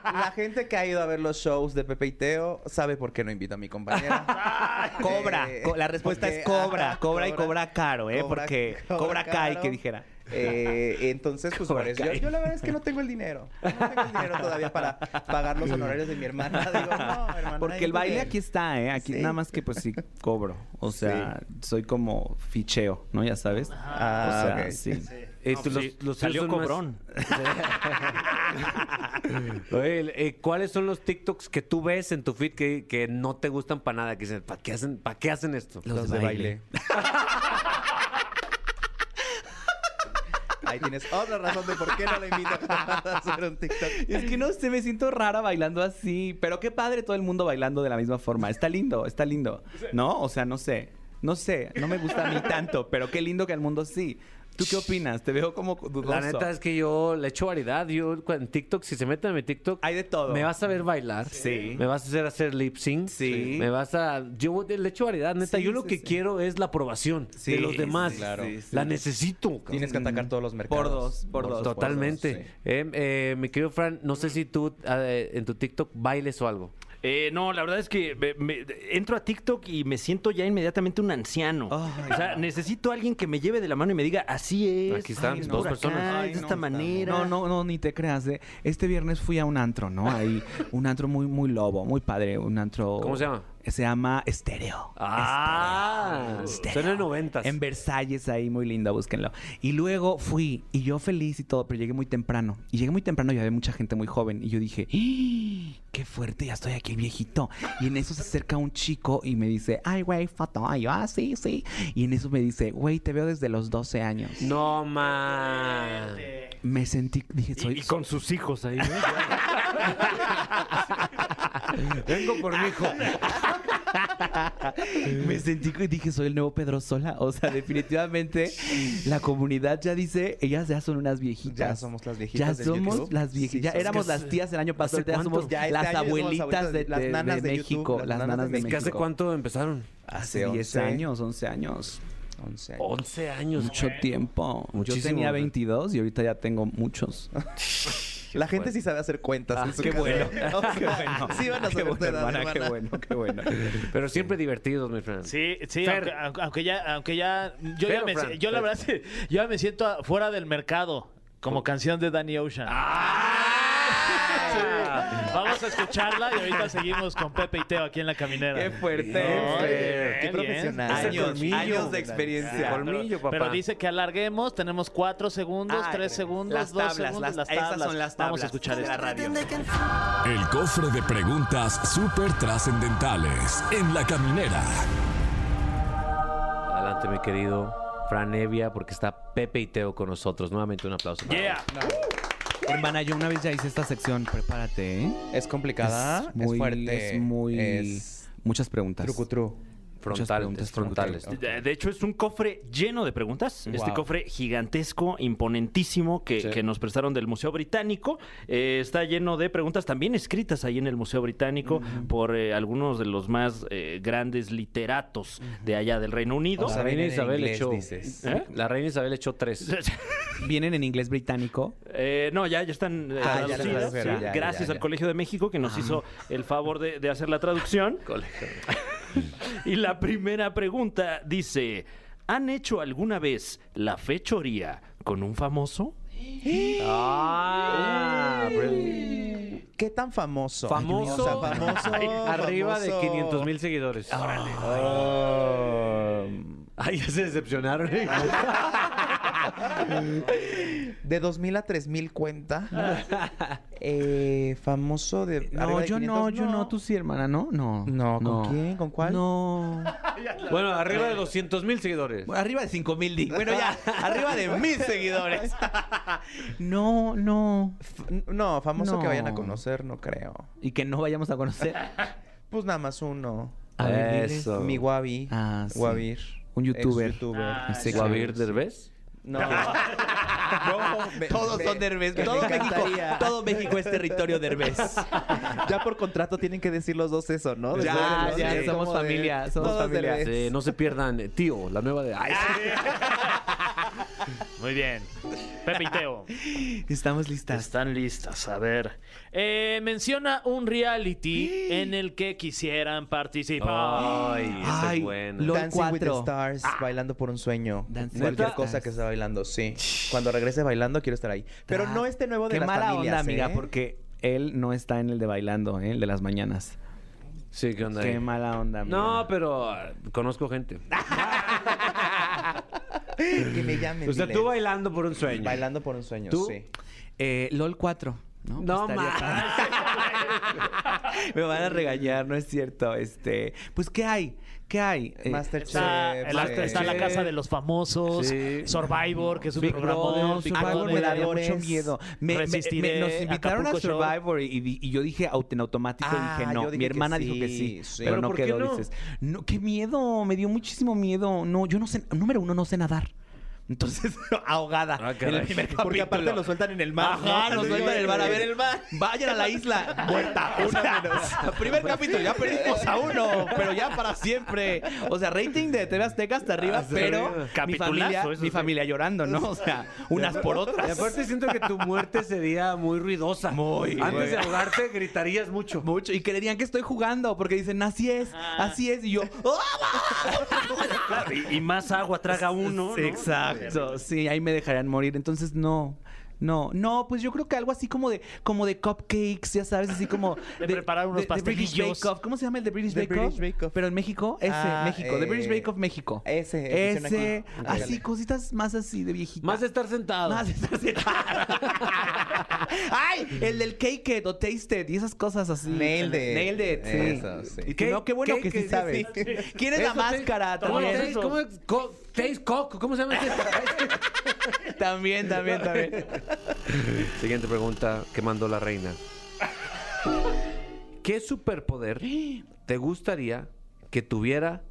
Speaker 7: La gente que ha ido a ver los shows de Pepe y Teo sabe por qué no invito a mi compañera.
Speaker 6: Cobra,
Speaker 7: Eh,
Speaker 6: co- la respuesta es
Speaker 7: porque-
Speaker 6: cobra,
Speaker 7: ajá,
Speaker 6: cobra y cobra caro, ¿eh?
Speaker 7: [LAUGHS]
Speaker 6: Porque cobra Kai, que dijera.
Speaker 7: Eh, entonces, pues
Speaker 6: Cobra
Speaker 7: por eso. Yo,
Speaker 6: Kai.
Speaker 7: yo la verdad es que no tengo el dinero. No tengo el dinero todavía para pagar los honorarios de mi
Speaker 6: [LAUGHS]
Speaker 7: hermana. Ah, Digo, no, hermana.
Speaker 6: Porque el
Speaker 7: ayúdame.
Speaker 6: baile aquí está, ¿eh? Aquí
Speaker 7: Sí.
Speaker 6: nada más que pues sí cobro. O sea, soy como ficheo, ¿no? Ya sabes.
Speaker 7: Ah,
Speaker 6: o sea,
Speaker 7: ok.
Speaker 6: sí.
Speaker 2: Eh,
Speaker 3: No,
Speaker 2: tú-
Speaker 3: pues
Speaker 2: los-
Speaker 3: sí,
Speaker 2: los tuyos
Speaker 3: salió
Speaker 2: son más-
Speaker 3: cobrón.
Speaker 2: [LAUGHS] Oye, el- eh, ¿cuáles son los TikToks que tú ves en tu feed que, que no te gustan para nada? Que dicen, ¿para qué hacen, para qué hacen esto?
Speaker 7: Los de baile. [LAUGHS] Ahí tienes otra razón de por qué no la invito a hacer un TikTok.
Speaker 6: Es que no sé, me siento rara bailando así. Pero qué padre todo el mundo bailando de la misma forma. Está lindo, está lindo. ¿No? O sea, no sé. No sé, no me gusta a mí tanto, pero qué lindo que al mundo sí. ¿Tú qué opinas? Te veo como dudoso.
Speaker 2: La neta es que yo le echo variedad. Yo cu- en TikTok, si se meten a mi TikTok,
Speaker 6: Hay de todo.
Speaker 2: me vas a ver bailar.
Speaker 6: Sí.
Speaker 2: Me vas a hacer hacer lip sync.
Speaker 6: Sí.
Speaker 2: Me vas a. Yo le echo variedad, neta.
Speaker 6: Sí,
Speaker 2: yo lo
Speaker 6: sí,
Speaker 2: que
Speaker 6: sí.
Speaker 2: quiero es la aprobación de
Speaker 6: Sí,
Speaker 2: los demás.
Speaker 6: sí, claro. Sí, sí.
Speaker 2: La necesito. cabrón.
Speaker 7: Tienes que atacar todos los mercados.
Speaker 6: dos, por dos.
Speaker 2: Totalmente.
Speaker 7: sí.
Speaker 2: Eh, eh, mi querido Fran, no sé si tú eh, en tu TikTok bailes o algo.
Speaker 3: Eh, no, la verdad es que me- me- entro a TikTok y me siento ya inmediatamente un anciano. o sea, necesito a alguien que me lleve de la mano y me diga, así es.
Speaker 2: Aquí están,
Speaker 3: es
Speaker 2: dos
Speaker 3: por acá,
Speaker 2: personas.
Speaker 6: Ah,
Speaker 3: es de esta manera.
Speaker 6: No, no, no, ni te creas. eh. Este viernes fui a un antro, ¿no? Ahí, un antro muy, muy lobo, muy padre. Un antro.
Speaker 2: ¿Cómo se llama?
Speaker 6: Se llama Estéreo.
Speaker 2: Ah,
Speaker 6: Estéreo.
Speaker 2: son en noventas.
Speaker 6: En Versalles, ahí, muy lindo, búsquenlo. Y luego fui, y yo feliz y todo, pero llegué muy temprano. Y llegué muy temprano y había mucha gente muy joven. Y yo dije, "¡Ah! ¡qué fuerte! Ya estoy aquí, viejito. Y en eso se acerca un chico y me dice, ¡ay, güey, foto! Y yo, ah, sí, sí. Y en eso me dice, güey, te veo desde los 12 años.
Speaker 2: No man.
Speaker 6: Me sentí, dije,
Speaker 3: Y-
Speaker 6: soy.
Speaker 3: y, con sus hijos ahí. ¿no?
Speaker 2: [LAUGHS] Vengo por mi hijo.
Speaker 6: [LAUGHS] Ah, Me sentí y dije, soy el nuevo Pedro Sola. O sea, definitivamente la comunidad ya dice, ellas ya son unas viejitas.
Speaker 7: Ya somos las viejitas
Speaker 6: Ya
Speaker 7: del
Speaker 6: somos
Speaker 7: YouTube.
Speaker 6: las
Speaker 7: Sí,
Speaker 6: viejitas. Ya
Speaker 7: somos.
Speaker 6: éramos
Speaker 2: Es que
Speaker 6: las tías el año pasado,
Speaker 2: ¿hace
Speaker 6: ahorita ya somos
Speaker 2: cuánto?
Speaker 7: Ya este
Speaker 6: las
Speaker 7: año somos
Speaker 6: abuelitas
Speaker 7: abuelitas
Speaker 6: de,
Speaker 7: de- las
Speaker 6: de-
Speaker 7: nanas
Speaker 6: de
Speaker 7: de
Speaker 6: México.
Speaker 7: YouTube,
Speaker 6: las nanas de
Speaker 2: Es que
Speaker 6: México.
Speaker 2: hace cuánto empezaron?
Speaker 6: Hace 10
Speaker 7: 11.
Speaker 6: años, 11 años.
Speaker 7: 11 años.
Speaker 2: 11 años. Eh.
Speaker 6: Mucho tiempo. Yo
Speaker 2: Muchísimo,
Speaker 6: tenía
Speaker 2: güey.
Speaker 6: 22 y ahorita ya tengo muchos.
Speaker 7: La gente sí sabe hacer cuentas. en su
Speaker 6: qué
Speaker 7: casa. [LAUGHS]
Speaker 6: bueno.
Speaker 7: O sea, Sí van a
Speaker 6: qué
Speaker 7: saber
Speaker 6: bueno,
Speaker 7: tu edad,
Speaker 6: hermana, qué
Speaker 7: hermana.
Speaker 6: bueno, qué bueno.
Speaker 2: Pero siempre divertidos, mi Fran.
Speaker 4: Sí, sí,
Speaker 2: Fer.
Speaker 4: aunque, aunque- aunque ya, aunque ya, yo
Speaker 2: Pero,
Speaker 4: ya me,
Speaker 2: Fran,
Speaker 4: yo la
Speaker 2: Fer.
Speaker 4: verdad, [LAUGHS] sí, yo ya me siento a- fuera del mercado, como canción de Danny Ocean.
Speaker 6: Ah.
Speaker 4: Sí. Vamos a escucharla y ahorita seguimos con Pepe y Teo aquí en la caminera.
Speaker 6: Qué fuerte.
Speaker 4: No,
Speaker 6: Fer.
Speaker 4: bien,
Speaker 7: Qué
Speaker 4: bien.
Speaker 7: profesional.
Speaker 2: Ese
Speaker 6: Años,
Speaker 2: colmillo,
Speaker 6: años de
Speaker 2: güey.
Speaker 6: experiencia.
Speaker 2: Sí, colmillo, papá.
Speaker 4: Pero dice que alarguemos, tenemos cuatro segundos,
Speaker 6: Ay,
Speaker 4: tres segundos,
Speaker 6: Ah, las
Speaker 4: dos
Speaker 6: tablas,
Speaker 4: segundos,
Speaker 6: las-
Speaker 4: las
Speaker 6: esas
Speaker 4: tablas.
Speaker 6: son las
Speaker 4: Vamos a
Speaker 6: tablas
Speaker 4: escuchar
Speaker 6: de la
Speaker 4: esto.
Speaker 6: radio.
Speaker 1: El cofre de preguntas súper trascendentales en la caminera.
Speaker 2: Adelante, mi querido Fran Evia, porque está Pepe y Teo con nosotros. Nuevamente un aplauso. para
Speaker 4: Yeah.
Speaker 6: Hermana, yo una vez ya hice esta sección, prepárate, ¿eh?
Speaker 7: Es complicada, es, fuerte.
Speaker 6: Es muy.
Speaker 7: Es
Speaker 6: Muchas preguntas.
Speaker 7: trucutru.
Speaker 2: ellos.
Speaker 6: Muchas
Speaker 2: Frontales,
Speaker 6: preguntas,
Speaker 2: frontales.
Speaker 6: frontales.
Speaker 3: [LAUGHS] De de hecho, es un cofre lleno de preguntas. Este
Speaker 7: Wow.
Speaker 3: cofre gigantesco, imponentísimo, que, que nos prestaron del Museo Británico. Eh, está lleno de preguntas también escritas ahí en el Museo Británico por eh, algunos de los más eh, grandes literatos de allá del Reino Unido.
Speaker 7: O sea,
Speaker 2: La reina
Speaker 7: vienen en
Speaker 2: Isabel
Speaker 7: inglés,
Speaker 2: echó.
Speaker 7: dices.
Speaker 2: ¿Eh? La reina Isabel echó tres.
Speaker 6: Vienen en inglés británico.
Speaker 3: [LAUGHS] Eh, no, ya, ya están eh,
Speaker 7: Ah, ya
Speaker 3: traducidas.
Speaker 7: las tradujeron,
Speaker 3: sí,
Speaker 7: ya,
Speaker 3: gracias
Speaker 7: ya, ya.
Speaker 3: al Colegio de México que nos hizo el favor de, de hacer la traducción. [LAUGHS] y la primera pregunta dice: ¿Han hecho alguna vez la fechoría con un famoso?
Speaker 2: Ah,
Speaker 7: ¿Qué tan famoso?
Speaker 2: Famoso.
Speaker 7: O sea, famoso.
Speaker 2: Arriba de
Speaker 7: famoso.
Speaker 2: 500 mil seguidores. Ah.
Speaker 7: Oh. [LAUGHS]
Speaker 2: Ay, ya se decepcionaron.
Speaker 7: [LAUGHS] De 2000 a 3000 cuenta.
Speaker 6: [LAUGHS]
Speaker 7: Eh, famoso de. arriba
Speaker 6: No,
Speaker 7: de
Speaker 6: yo
Speaker 7: 500,
Speaker 6: no, yo no, tú sí, hermana, ¿no? No.
Speaker 7: No, ¿con quién? ¿Con cuál?
Speaker 6: No.
Speaker 2: Bueno, arriba de 200 mil seguidores.
Speaker 6: Bueno, Arriba de 5 mil, di. Bueno, ya, arriba de mil seguidores. No, no.
Speaker 7: F- No, famoso que vayan a
Speaker 6: No.
Speaker 7: conocer, no creo.
Speaker 6: Y que no vayamos a [LAUGHS] conocer.
Speaker 7: Pues nada más uno.
Speaker 6: A ver, diles. Eso.
Speaker 7: Mi Guavi.
Speaker 6: Ah, sí.
Speaker 7: Guavir.
Speaker 6: Un youtuber.
Speaker 7: Ex-youtuber.
Speaker 4: Ah,
Speaker 6: Sí,
Speaker 2: ¿O Javier Derbez?
Speaker 6: [LAUGHS]
Speaker 7: No. No, me-
Speaker 6: Todos
Speaker 7: me-
Speaker 6: son derbés.
Speaker 7: que me
Speaker 6: Todo México,
Speaker 7: encantaría.
Speaker 6: todo México es territorio derbés.
Speaker 7: Ya por contrato tienen que decir los dos eso, ¿no?
Speaker 6: Ya,
Speaker 7: Después de los-
Speaker 6: ya,
Speaker 7: es como
Speaker 6: somos familia, somos
Speaker 7: todos
Speaker 6: familia.
Speaker 7: derbés.
Speaker 2: Sí, no se pierdan, eh, tío, la nueva de... Ay, sí.
Speaker 4: Muy bien. Pepe y
Speaker 6: [LAUGHS]
Speaker 4: Teo.
Speaker 6: Estamos listas.
Speaker 4: Están listas, a ver. Eh, menciona un
Speaker 6: [GASPS]
Speaker 4: reality en el que quisieran participar.
Speaker 2: Ay, esa es buena.
Speaker 6: LOL
Speaker 7: Dancing with the
Speaker 6: 4.
Speaker 7: Stars, bailando por un sueño.
Speaker 6: Ah. Dancing with
Speaker 7: Cualquier
Speaker 6: the
Speaker 7: cosa
Speaker 6: Stars.
Speaker 7: que esté bailando, sí. Cuando regrese bailando, quiero estar ahí. Pero no este nuevo de
Speaker 6: Qué
Speaker 7: las
Speaker 6: mala
Speaker 7: familias,
Speaker 6: onda, amiga,
Speaker 7: ¿eh?
Speaker 6: porque él no está en el de bailando, ¿eh? el de las mañanas.
Speaker 2: Sí, ¿qué onda? ahí?
Speaker 6: Qué mala onda, amiga.
Speaker 2: No, pero ah, conozco
Speaker 7: [LAUGHS]
Speaker 2: gente.
Speaker 7: Que me llamen.
Speaker 2: O sea,
Speaker 7: dile.
Speaker 2: tú bailando por un sueño.
Speaker 7: Bailando por un sueño,
Speaker 2: ¿Tú?
Speaker 7: sí.
Speaker 6: Eh, LOL 4. No, Pues
Speaker 2: No
Speaker 6: Estaría
Speaker 2: más.
Speaker 6: padre. [LAUGHS] Me van a regañar, no es cierto. Este, pues ¿qué hay? ¿Qué hay? Eh,
Speaker 7: Masterchef.
Speaker 4: Está,
Speaker 7: eh,
Speaker 4: la, está La Casa de los Famosos,
Speaker 2: Sí.
Speaker 4: Survivor, que es un
Speaker 6: Big
Speaker 4: programa
Speaker 6: Brother,
Speaker 4: de
Speaker 6: Survivor me daría
Speaker 7: Predadores.
Speaker 6: mucho miedo. Me- me-
Speaker 4: Resistiré,
Speaker 6: me- nos invitaron
Speaker 4: Acapulco
Speaker 6: a Survivor y, di- y yo dije aut- en automático
Speaker 7: Ah,
Speaker 6: dije no.
Speaker 7: yo dije
Speaker 6: Mi
Speaker 7: que
Speaker 6: hermana
Speaker 7: sí,
Speaker 6: dijo que sí,
Speaker 7: sí.
Speaker 6: pero
Speaker 7: ¿Pero
Speaker 6: no
Speaker 2: por qué
Speaker 6: quedó.
Speaker 2: no?
Speaker 6: Dices, no, qué miedo, me dio muchísimo miedo. No, yo no sé, número uno no sé nadar. Entonces, [LAUGHS] ahogada
Speaker 2: Ah,
Speaker 6: en
Speaker 2: caray.
Speaker 6: el primer capítulo.
Speaker 7: Porque aparte lo sueltan en el mar.
Speaker 6: Ajá, nos sueltan en el mar. A ver,
Speaker 7: el mar.
Speaker 6: Vayan a la isla, vuelta. O sea, [LAUGHS] primer capítulo, ya perdimos a uno, pero ya para siempre. O sea, rating de TV Azteca hasta arriba, pero mi
Speaker 4: Capitulazo,
Speaker 6: familia,
Speaker 4: eso
Speaker 6: mi
Speaker 4: sí.
Speaker 6: familia llorando, ¿no? O sea, unas por
Speaker 2: Y
Speaker 6: otras.
Speaker 2: aparte siento que tu muerte sería muy ruidosa.
Speaker 6: Muy,
Speaker 2: Antes
Speaker 6: muy.
Speaker 2: de ahogarte gritarías mucho.
Speaker 6: Mucho. Y creerían que estoy jugando, porque dicen, así es, así es. Y yo, "Oh, ¡ah!
Speaker 3: Y, y más agua traga uno.
Speaker 6: Sí,
Speaker 3: ¿no?
Speaker 6: Exacto, sí, ahí me dejarían morir. Entonces, no. No, no, pues yo creo que algo así como de como de cupcakes, ya sabes, así como
Speaker 4: De preparar unos
Speaker 6: de British
Speaker 4: pastelillos.
Speaker 6: Bake Off. ¿Cómo se llama el de British,
Speaker 7: The
Speaker 6: Bake,
Speaker 7: British
Speaker 6: Off?
Speaker 7: Bake Off.
Speaker 6: Pero en México, ese,
Speaker 7: Ah,
Speaker 6: México, The British
Speaker 7: eh,
Speaker 6: Bake Off México.
Speaker 7: ese, edición aquí.
Speaker 6: ese,
Speaker 7: Ándale.
Speaker 6: así cositas más así de viejita.
Speaker 2: Más de estar sentado.
Speaker 6: Más de estar Ah, sentada. [LAUGHS] Ay, el del cake it o taste it y esas cosas así.
Speaker 7: Nailed it.
Speaker 6: Nailed it, sí.
Speaker 7: Eso, sí.
Speaker 6: Y que no, qué bueno
Speaker 2: Cake-
Speaker 6: que sí
Speaker 2: cake,
Speaker 6: sabes.
Speaker 7: sí,
Speaker 6: ¿Quién es la máscara
Speaker 2: ¿Cómo,
Speaker 6: también?
Speaker 2: taste- cómo es? Co- taste cock? ¿Cómo se llama
Speaker 6: este
Speaker 2: ese?
Speaker 6: También, también, también.
Speaker 2: Siguiente pregunta que mandó la reina. ¿Qué superpoder te gustaría que tuviera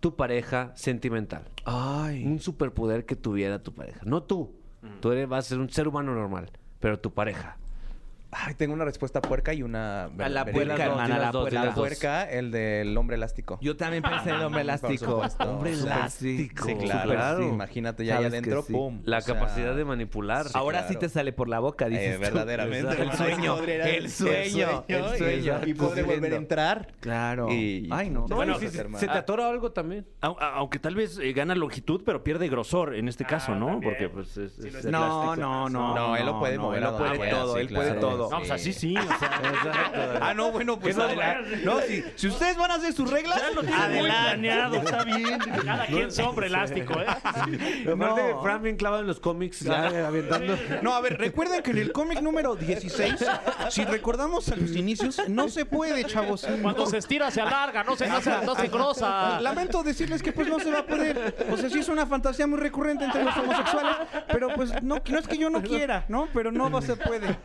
Speaker 2: tu pareja sentimental?
Speaker 6: Ay.
Speaker 2: Un superpoder que tuviera tu pareja. No tú.
Speaker 3: Mm.
Speaker 2: Tú eres, vas a ser un ser humano normal, pero tu pareja.
Speaker 7: Ay, tengo una respuesta puerca y una.
Speaker 6: A la
Speaker 7: verídica.
Speaker 6: puerca,
Speaker 2: las dos,
Speaker 6: hermana, a
Speaker 2: di
Speaker 6: la
Speaker 2: las dos, di
Speaker 6: puerca.
Speaker 2: las dos.
Speaker 7: Puerca, el del hombre elástico.
Speaker 6: Yo también pensé en el hombre elástico.
Speaker 7: supuesto.
Speaker 6: Hombre
Speaker 7: Súper,
Speaker 6: elástico.
Speaker 7: Sí, claro.
Speaker 2: Súper, claro.
Speaker 7: sí, imagínate ya ahí
Speaker 6: Sabes que
Speaker 7: adentro,
Speaker 6: sí.
Speaker 7: pum.
Speaker 2: La
Speaker 7: o sea,
Speaker 2: capacidad de manipular.
Speaker 6: Ahora sí
Speaker 7: claro.
Speaker 6: te sale por la boca, dices.
Speaker 7: eh,
Speaker 6: tú.
Speaker 7: verdaderamente.
Speaker 6: El sueño. El sueño. El sueño.
Speaker 7: Y podré volver a entrar.
Speaker 6: Claro.
Speaker 7: Y-
Speaker 6: Ay, no.
Speaker 7: Bueno,
Speaker 2: Bueno,
Speaker 7: sí,
Speaker 2: si
Speaker 7: sí,
Speaker 2: se,
Speaker 7: hermano.
Speaker 2: se te atora algo también.
Speaker 3: Au- a- Aunque tal vez eh, gana longitud, pero pierde grosor en este caso, ¿no?
Speaker 4: también.
Speaker 3: Porque pues es, es
Speaker 6: Ah. No,
Speaker 3: elástico.
Speaker 6: no, no.
Speaker 7: No, él lo puede mover
Speaker 6: Él
Speaker 7: a
Speaker 6: lo
Speaker 7: la
Speaker 6: puede
Speaker 7: manera,
Speaker 6: todo,
Speaker 7: sí,
Speaker 6: él
Speaker 7: claro.
Speaker 6: puede todo.
Speaker 3: No, pues así sí, o sea,
Speaker 6: Ah, no, bueno, pues. adelante. No, si, si ustedes van a hacer sus reglas,
Speaker 4: Ya lo tiene muy planeado, está bien. Cada quien sobre elástico, ¿eh?
Speaker 2: Aparte
Speaker 6: No.
Speaker 2: de Fran bien clavado en los cómics, ya aventando.
Speaker 6: No, a ver, recuerden que en el cómic número 16, si recordamos a los inicios, no se puede, chavos.
Speaker 4: Cuando se estira, se alarga, no se, no se, no se engrosa.
Speaker 6: Lamento decirles que pues no se va a poder. O sea, sí es una fantasía muy recurrente entre los homosexuales, pero pues no, no es que yo no quiera, ¿no? Pero no va- se puede.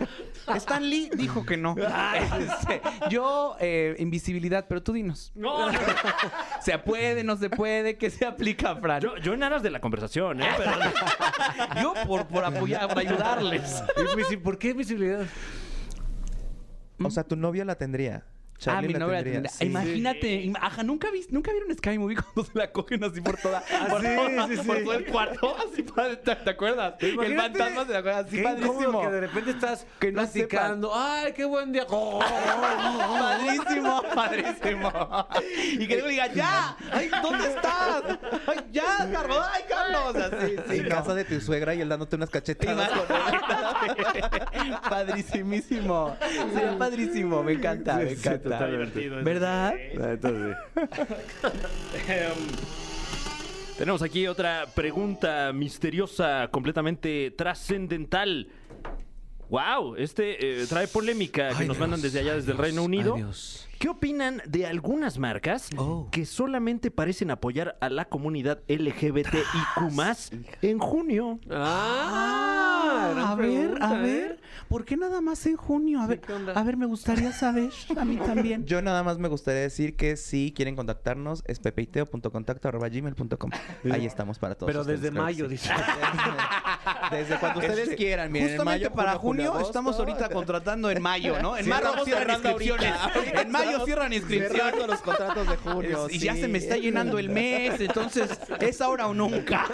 Speaker 6: Stan Lee dijo que no. [LAUGHS] Este, yo, eh, invisibilidad, pero tú dinos.
Speaker 4: No, no, no.
Speaker 6: [LAUGHS] ¿Se puede, no se puede? ¿Qué se aplica, Fran? Yo,
Speaker 3: Yo, yo en aras de la conversación, ¿eh? Pero-
Speaker 6: por, por apoyar, por
Speaker 7: Ah,
Speaker 6: ayudarles.
Speaker 2: ¿Por qué visibilidad?
Speaker 7: O sea, tu novio la tendría. Charlie
Speaker 6: ah, mi
Speaker 7: la
Speaker 6: novia la
Speaker 7: tendría.
Speaker 6: tendría.
Speaker 7: sí.
Speaker 6: Imagínate, im- ajá, nunca vi, nunca vieron Sky Movie [LAUGHS] cuando se la cogen así por toda,
Speaker 2: Ah,
Speaker 6: por, toda- por todo el cuarto, así padre, ¿te, te acuerdas? el
Speaker 2: Imagínate
Speaker 6: fantasma se la cogen así
Speaker 2: Qué incómodo
Speaker 6: padrísimo.
Speaker 2: que de repente estás
Speaker 6: Que no Oh,
Speaker 2: platicando. ¡Ay, qué buen
Speaker 6: [LAUGHS]
Speaker 2: día!
Speaker 6: Padrísimo, padrísimo. Y que luego diga, ya, ay, ¿dónde estás? Ay, ya, Carlos, ay, Carlos, así, sí.
Speaker 7: En
Speaker 6: no.
Speaker 7: casa de tu suegra y él dándote unas cachetadas. con-
Speaker 6: Imagínate. [LAUGHS] Padrísimísimo. Sería padrísimo. Me encanta, me encanta.
Speaker 4: divertido eso.
Speaker 6: ¿Verdad?
Speaker 4: Sí.
Speaker 2: Entonces,
Speaker 3: Tenemos aquí otra pregunta misteriosa, completamente trascendental. Wow, este eh, trae polémica que nos mandan desde allá, desde el Reino Unido. ¿Qué opinan de algunas marcas
Speaker 6: Oh.
Speaker 3: que solamente parecen apoyar a la comunidad
Speaker 6: Ah,
Speaker 3: LGBTIQ en junio?
Speaker 6: a ver, a ver. ¿Por qué nada más en junio? A ver, a ver, me gustaría saber. A mí también.
Speaker 7: Yo nada más me gustaría decir que si quieren contactarnos es pepeiteo.contacto.gmail.com. Ahí estamos para todos.
Speaker 8: Pero
Speaker 7: ustedes,
Speaker 8: desde
Speaker 7: claro que
Speaker 8: mayo,
Speaker 7: sí.
Speaker 8: dice.
Speaker 7: Desde cuando ustedes
Speaker 6: Este,
Speaker 7: quieran. Miren, en
Speaker 6: Justamente
Speaker 7: mayo,
Speaker 6: para
Speaker 7: junio, julio,
Speaker 6: junio
Speaker 7: agosto.
Speaker 6: estamos
Speaker 7: [LAUGHS]
Speaker 6: ahorita contratando en mayo, ¿no? En
Speaker 7: Sí,
Speaker 6: mayo
Speaker 7: estamos
Speaker 6: cierran
Speaker 7: cerrando
Speaker 6: inscripciones.
Speaker 7: [LAUGHS] ahorita.
Speaker 6: En mayo cierran inscripciones.
Speaker 7: Cerrando los contratos de junio.
Speaker 6: Y ya
Speaker 7: [LAUGHS] sí.
Speaker 6: se me está llenando el mes, entonces es ahora
Speaker 7: [LAUGHS]
Speaker 6: o nunca.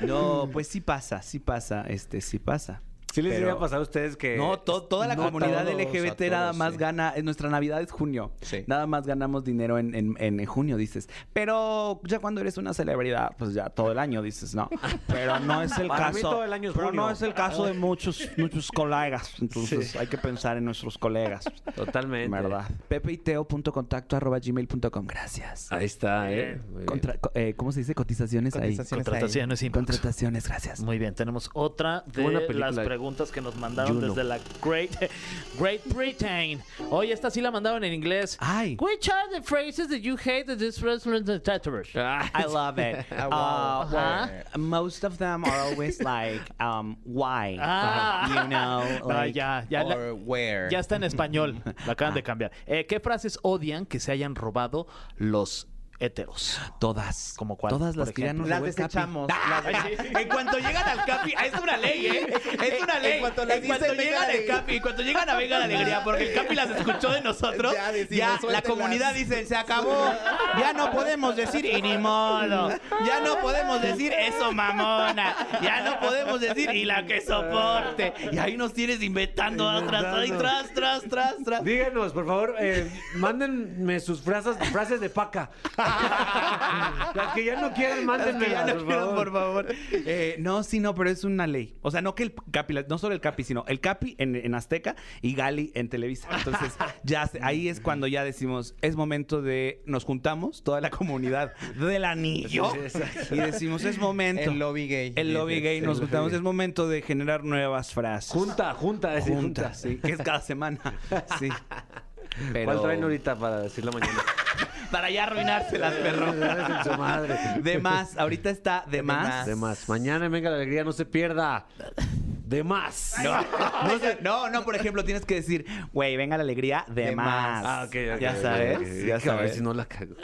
Speaker 6: No, pues sí pasa, sí pasa, este, sí pasa.
Speaker 8: Sí les
Speaker 7: Pero-
Speaker 8: iba a pasar a ustedes
Speaker 3: Eh,
Speaker 8: que...
Speaker 6: No, to- toda la
Speaker 7: no
Speaker 6: comunidad
Speaker 7: todos,
Speaker 6: LGBT
Speaker 7: a
Speaker 6: nada
Speaker 7: todos,
Speaker 6: más
Speaker 7: sí.
Speaker 6: gana. en Nuestra Navidad es junio.
Speaker 7: Sí.
Speaker 6: Nada más ganamos dinero en, en- en junio, dices. Pero ya cuando eres una celebridad, pues ya todo el año dices, ¿no? Pero no es el
Speaker 8: Para
Speaker 6: caso.
Speaker 8: mí todo el año es
Speaker 6: pero
Speaker 8: junio.
Speaker 6: no es el caso de muchos, muchos colegas. Entonces hay que pensar en nuestros colegas.
Speaker 8: Totalmente.
Speaker 6: ¿Verdad? gmail.com Gracias.
Speaker 8: Ahí está, ¿eh? Muy bien.
Speaker 6: Contra- co- eh, ¿Cómo se dice? Cotizaciones,
Speaker 7: Cotizaciones ahí.
Speaker 4: Contrataciones
Speaker 6: ahí.
Speaker 4: sin
Speaker 6: Contrataciones, gracias.
Speaker 4: Muy bien, tenemos otra
Speaker 8: Buena
Speaker 4: de
Speaker 8: película.
Speaker 4: las preguntas que nos mandaron
Speaker 8: Juno.
Speaker 4: desde la Great, [LAUGHS] Great Britain. Oye, esta sí la mandaron en inglés.
Speaker 6: Ay.
Speaker 4: Which are the phrases that you hate that this restaurant and tattoos?
Speaker 6: I love it. [LAUGHS]
Speaker 7: Ah, wow.
Speaker 6: Uh,
Speaker 7: Wow.
Speaker 6: well, most of them are always like, um, why?
Speaker 4: Ah.
Speaker 6: You know,
Speaker 4: [LAUGHS] No,
Speaker 6: like,
Speaker 4: ya, ya, la-
Speaker 7: Or where.
Speaker 4: ya está en español. La acaban de cambiar. Eh, ¿Qué frases odian que se hayan robado los heteros?
Speaker 6: todas.
Speaker 4: ¿Como cuál,
Speaker 6: Todas
Speaker 4: por
Speaker 6: las que ya
Speaker 4: ejemplo?
Speaker 6: nos
Speaker 7: Las
Speaker 6: robó el Capi.
Speaker 7: desechamos.
Speaker 8: Ah,
Speaker 6: En cuanto llegan al Capi, ah, es una ley, ¿eh? Es una
Speaker 7: En
Speaker 6: ley.
Speaker 7: cuanto las dicen, venga
Speaker 6: llegan
Speaker 7: la
Speaker 6: al
Speaker 7: alegría.
Speaker 6: Capi, en cuanto llegan a Venga la Alegría, porque el Capi las escuchó de nosotros,
Speaker 7: Ya decimos,
Speaker 6: ya, la
Speaker 7: suéltenlas.
Speaker 6: comunidad dice, se acabó, ya no podemos decir, y ni modo, ya no podemos decir, eso mamona, ya no podemos decir, y la que soporte. Y ahí nos tienes inventando otras, y tras, tras, tras, tras.
Speaker 8: Díganos, por favor, eh, mándenme sus frases, frases de
Speaker 3: [LAUGHS]
Speaker 8: paca. Las que ya no quieran,
Speaker 6: Las
Speaker 8: mándenme.
Speaker 6: que ya no
Speaker 8: por
Speaker 6: quieran,
Speaker 8: favor.
Speaker 6: por favor. Eh, no, sí, no, pero es una ley. O sea, no que el Capi, la- no solo el Capi, sino el Capi en, en Azteca y Gali en Televisa. Entonces, ya se- ahí es cuando ya decimos, es momento de nos juntamos, toda la comunidad del anillo. y decimos, es momento.
Speaker 7: El lobby gay.
Speaker 6: El lobby gay, nos
Speaker 7: Sí.
Speaker 6: juntamos, es momento de generar nuevas frases.
Speaker 8: Junta, junta, decir, junta.
Speaker 6: Juntas, sí, que es cada semana.
Speaker 8: [LAUGHS]
Speaker 6: Sí. Pero...
Speaker 8: ¿Cuál traen ahorita para decir la mañana?
Speaker 6: Para ya arruinárselas, perro.
Speaker 8: En su madre.
Speaker 6: De más, ahorita está de, más.
Speaker 8: De más. Mañana en venga la alegría, no se pierda. De más.
Speaker 6: No, no, sé, no, no, por ejemplo, tienes que decir, güey, venga la alegría de,
Speaker 7: De más.
Speaker 6: más.
Speaker 8: Ah, ok, ok,
Speaker 6: Ya
Speaker 8: ok,
Speaker 6: sabes,
Speaker 8: ok.
Speaker 6: ya
Speaker 8: Es que A ver
Speaker 6: sabes.
Speaker 8: si no la cago.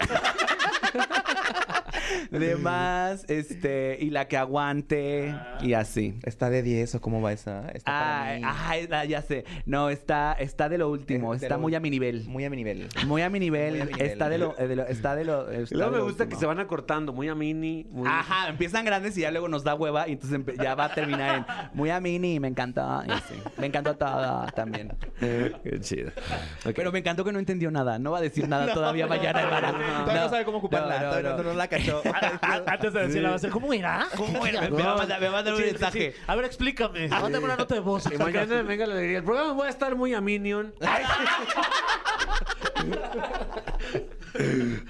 Speaker 6: De más, este, y la que aguante,
Speaker 8: Ah.
Speaker 6: y así.
Speaker 7: ¿Está de 10 o cómo va esa? Está para
Speaker 6: Ah,
Speaker 7: mí
Speaker 6: ah, es la- ya sé. No, está, está de lo último,
Speaker 7: Es de
Speaker 6: está
Speaker 7: lo
Speaker 6: muy a mi
Speaker 7: último.
Speaker 6: nivel.
Speaker 7: muy a mi nivel.
Speaker 6: Muy a mi nivel,
Speaker 7: Muy a mi nivel.
Speaker 6: está de lo, eh, de lo- está de lo.
Speaker 8: Y luego me gusta que se van acortando, muy a mini. Muy...
Speaker 6: Ajá, empiezan grandes y ya luego nos da hueva y entonces empe- ya va a terminar en muy a mini, me encantó. y así. Me encantó todo también.
Speaker 8: Qué chido. Ok.
Speaker 6: Pero me encantó que no entendió nada. No va a decir nada todavía mañana, Alvaro.
Speaker 7: Todavía no, sabe cómo ocuparla.
Speaker 6: no,
Speaker 7: todavía
Speaker 6: no.
Speaker 7: no, no la cachó.
Speaker 4: Antes de decir la base, ¿cómo era?
Speaker 6: ¿Cómo era? Me va a mandar, me va a mandar un
Speaker 4: Sí, sí,
Speaker 6: mensaje.
Speaker 4: sí. A ver, explícame. Mándame Ah, una nota de voz.
Speaker 8: Y mañana en venga la alegría. El programa voy a estar muy a minion.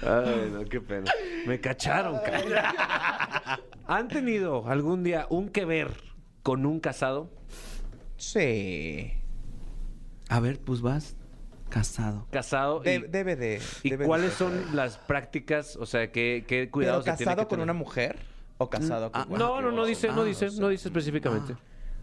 Speaker 8: Ay, no, qué pena. Me cacharon, cabrón. ¿Han tenido algún día un que ver con un casado?
Speaker 7: Sí.
Speaker 6: A ver, pues vas casado.
Speaker 8: Casado. y-
Speaker 7: De- debe de.
Speaker 8: ¿Y
Speaker 7: debe de
Speaker 8: cuáles
Speaker 7: ser.
Speaker 8: son las prácticas? O sea, ¿qué, qué
Speaker 7: ¿Pero
Speaker 8: cuidados se tiene
Speaker 7: casado
Speaker 8: que
Speaker 7: con
Speaker 8: tener? Mm, ah,
Speaker 7: una mujer o casado con Ah, una
Speaker 8: No, no, no dice, no dice, no dice específicamente.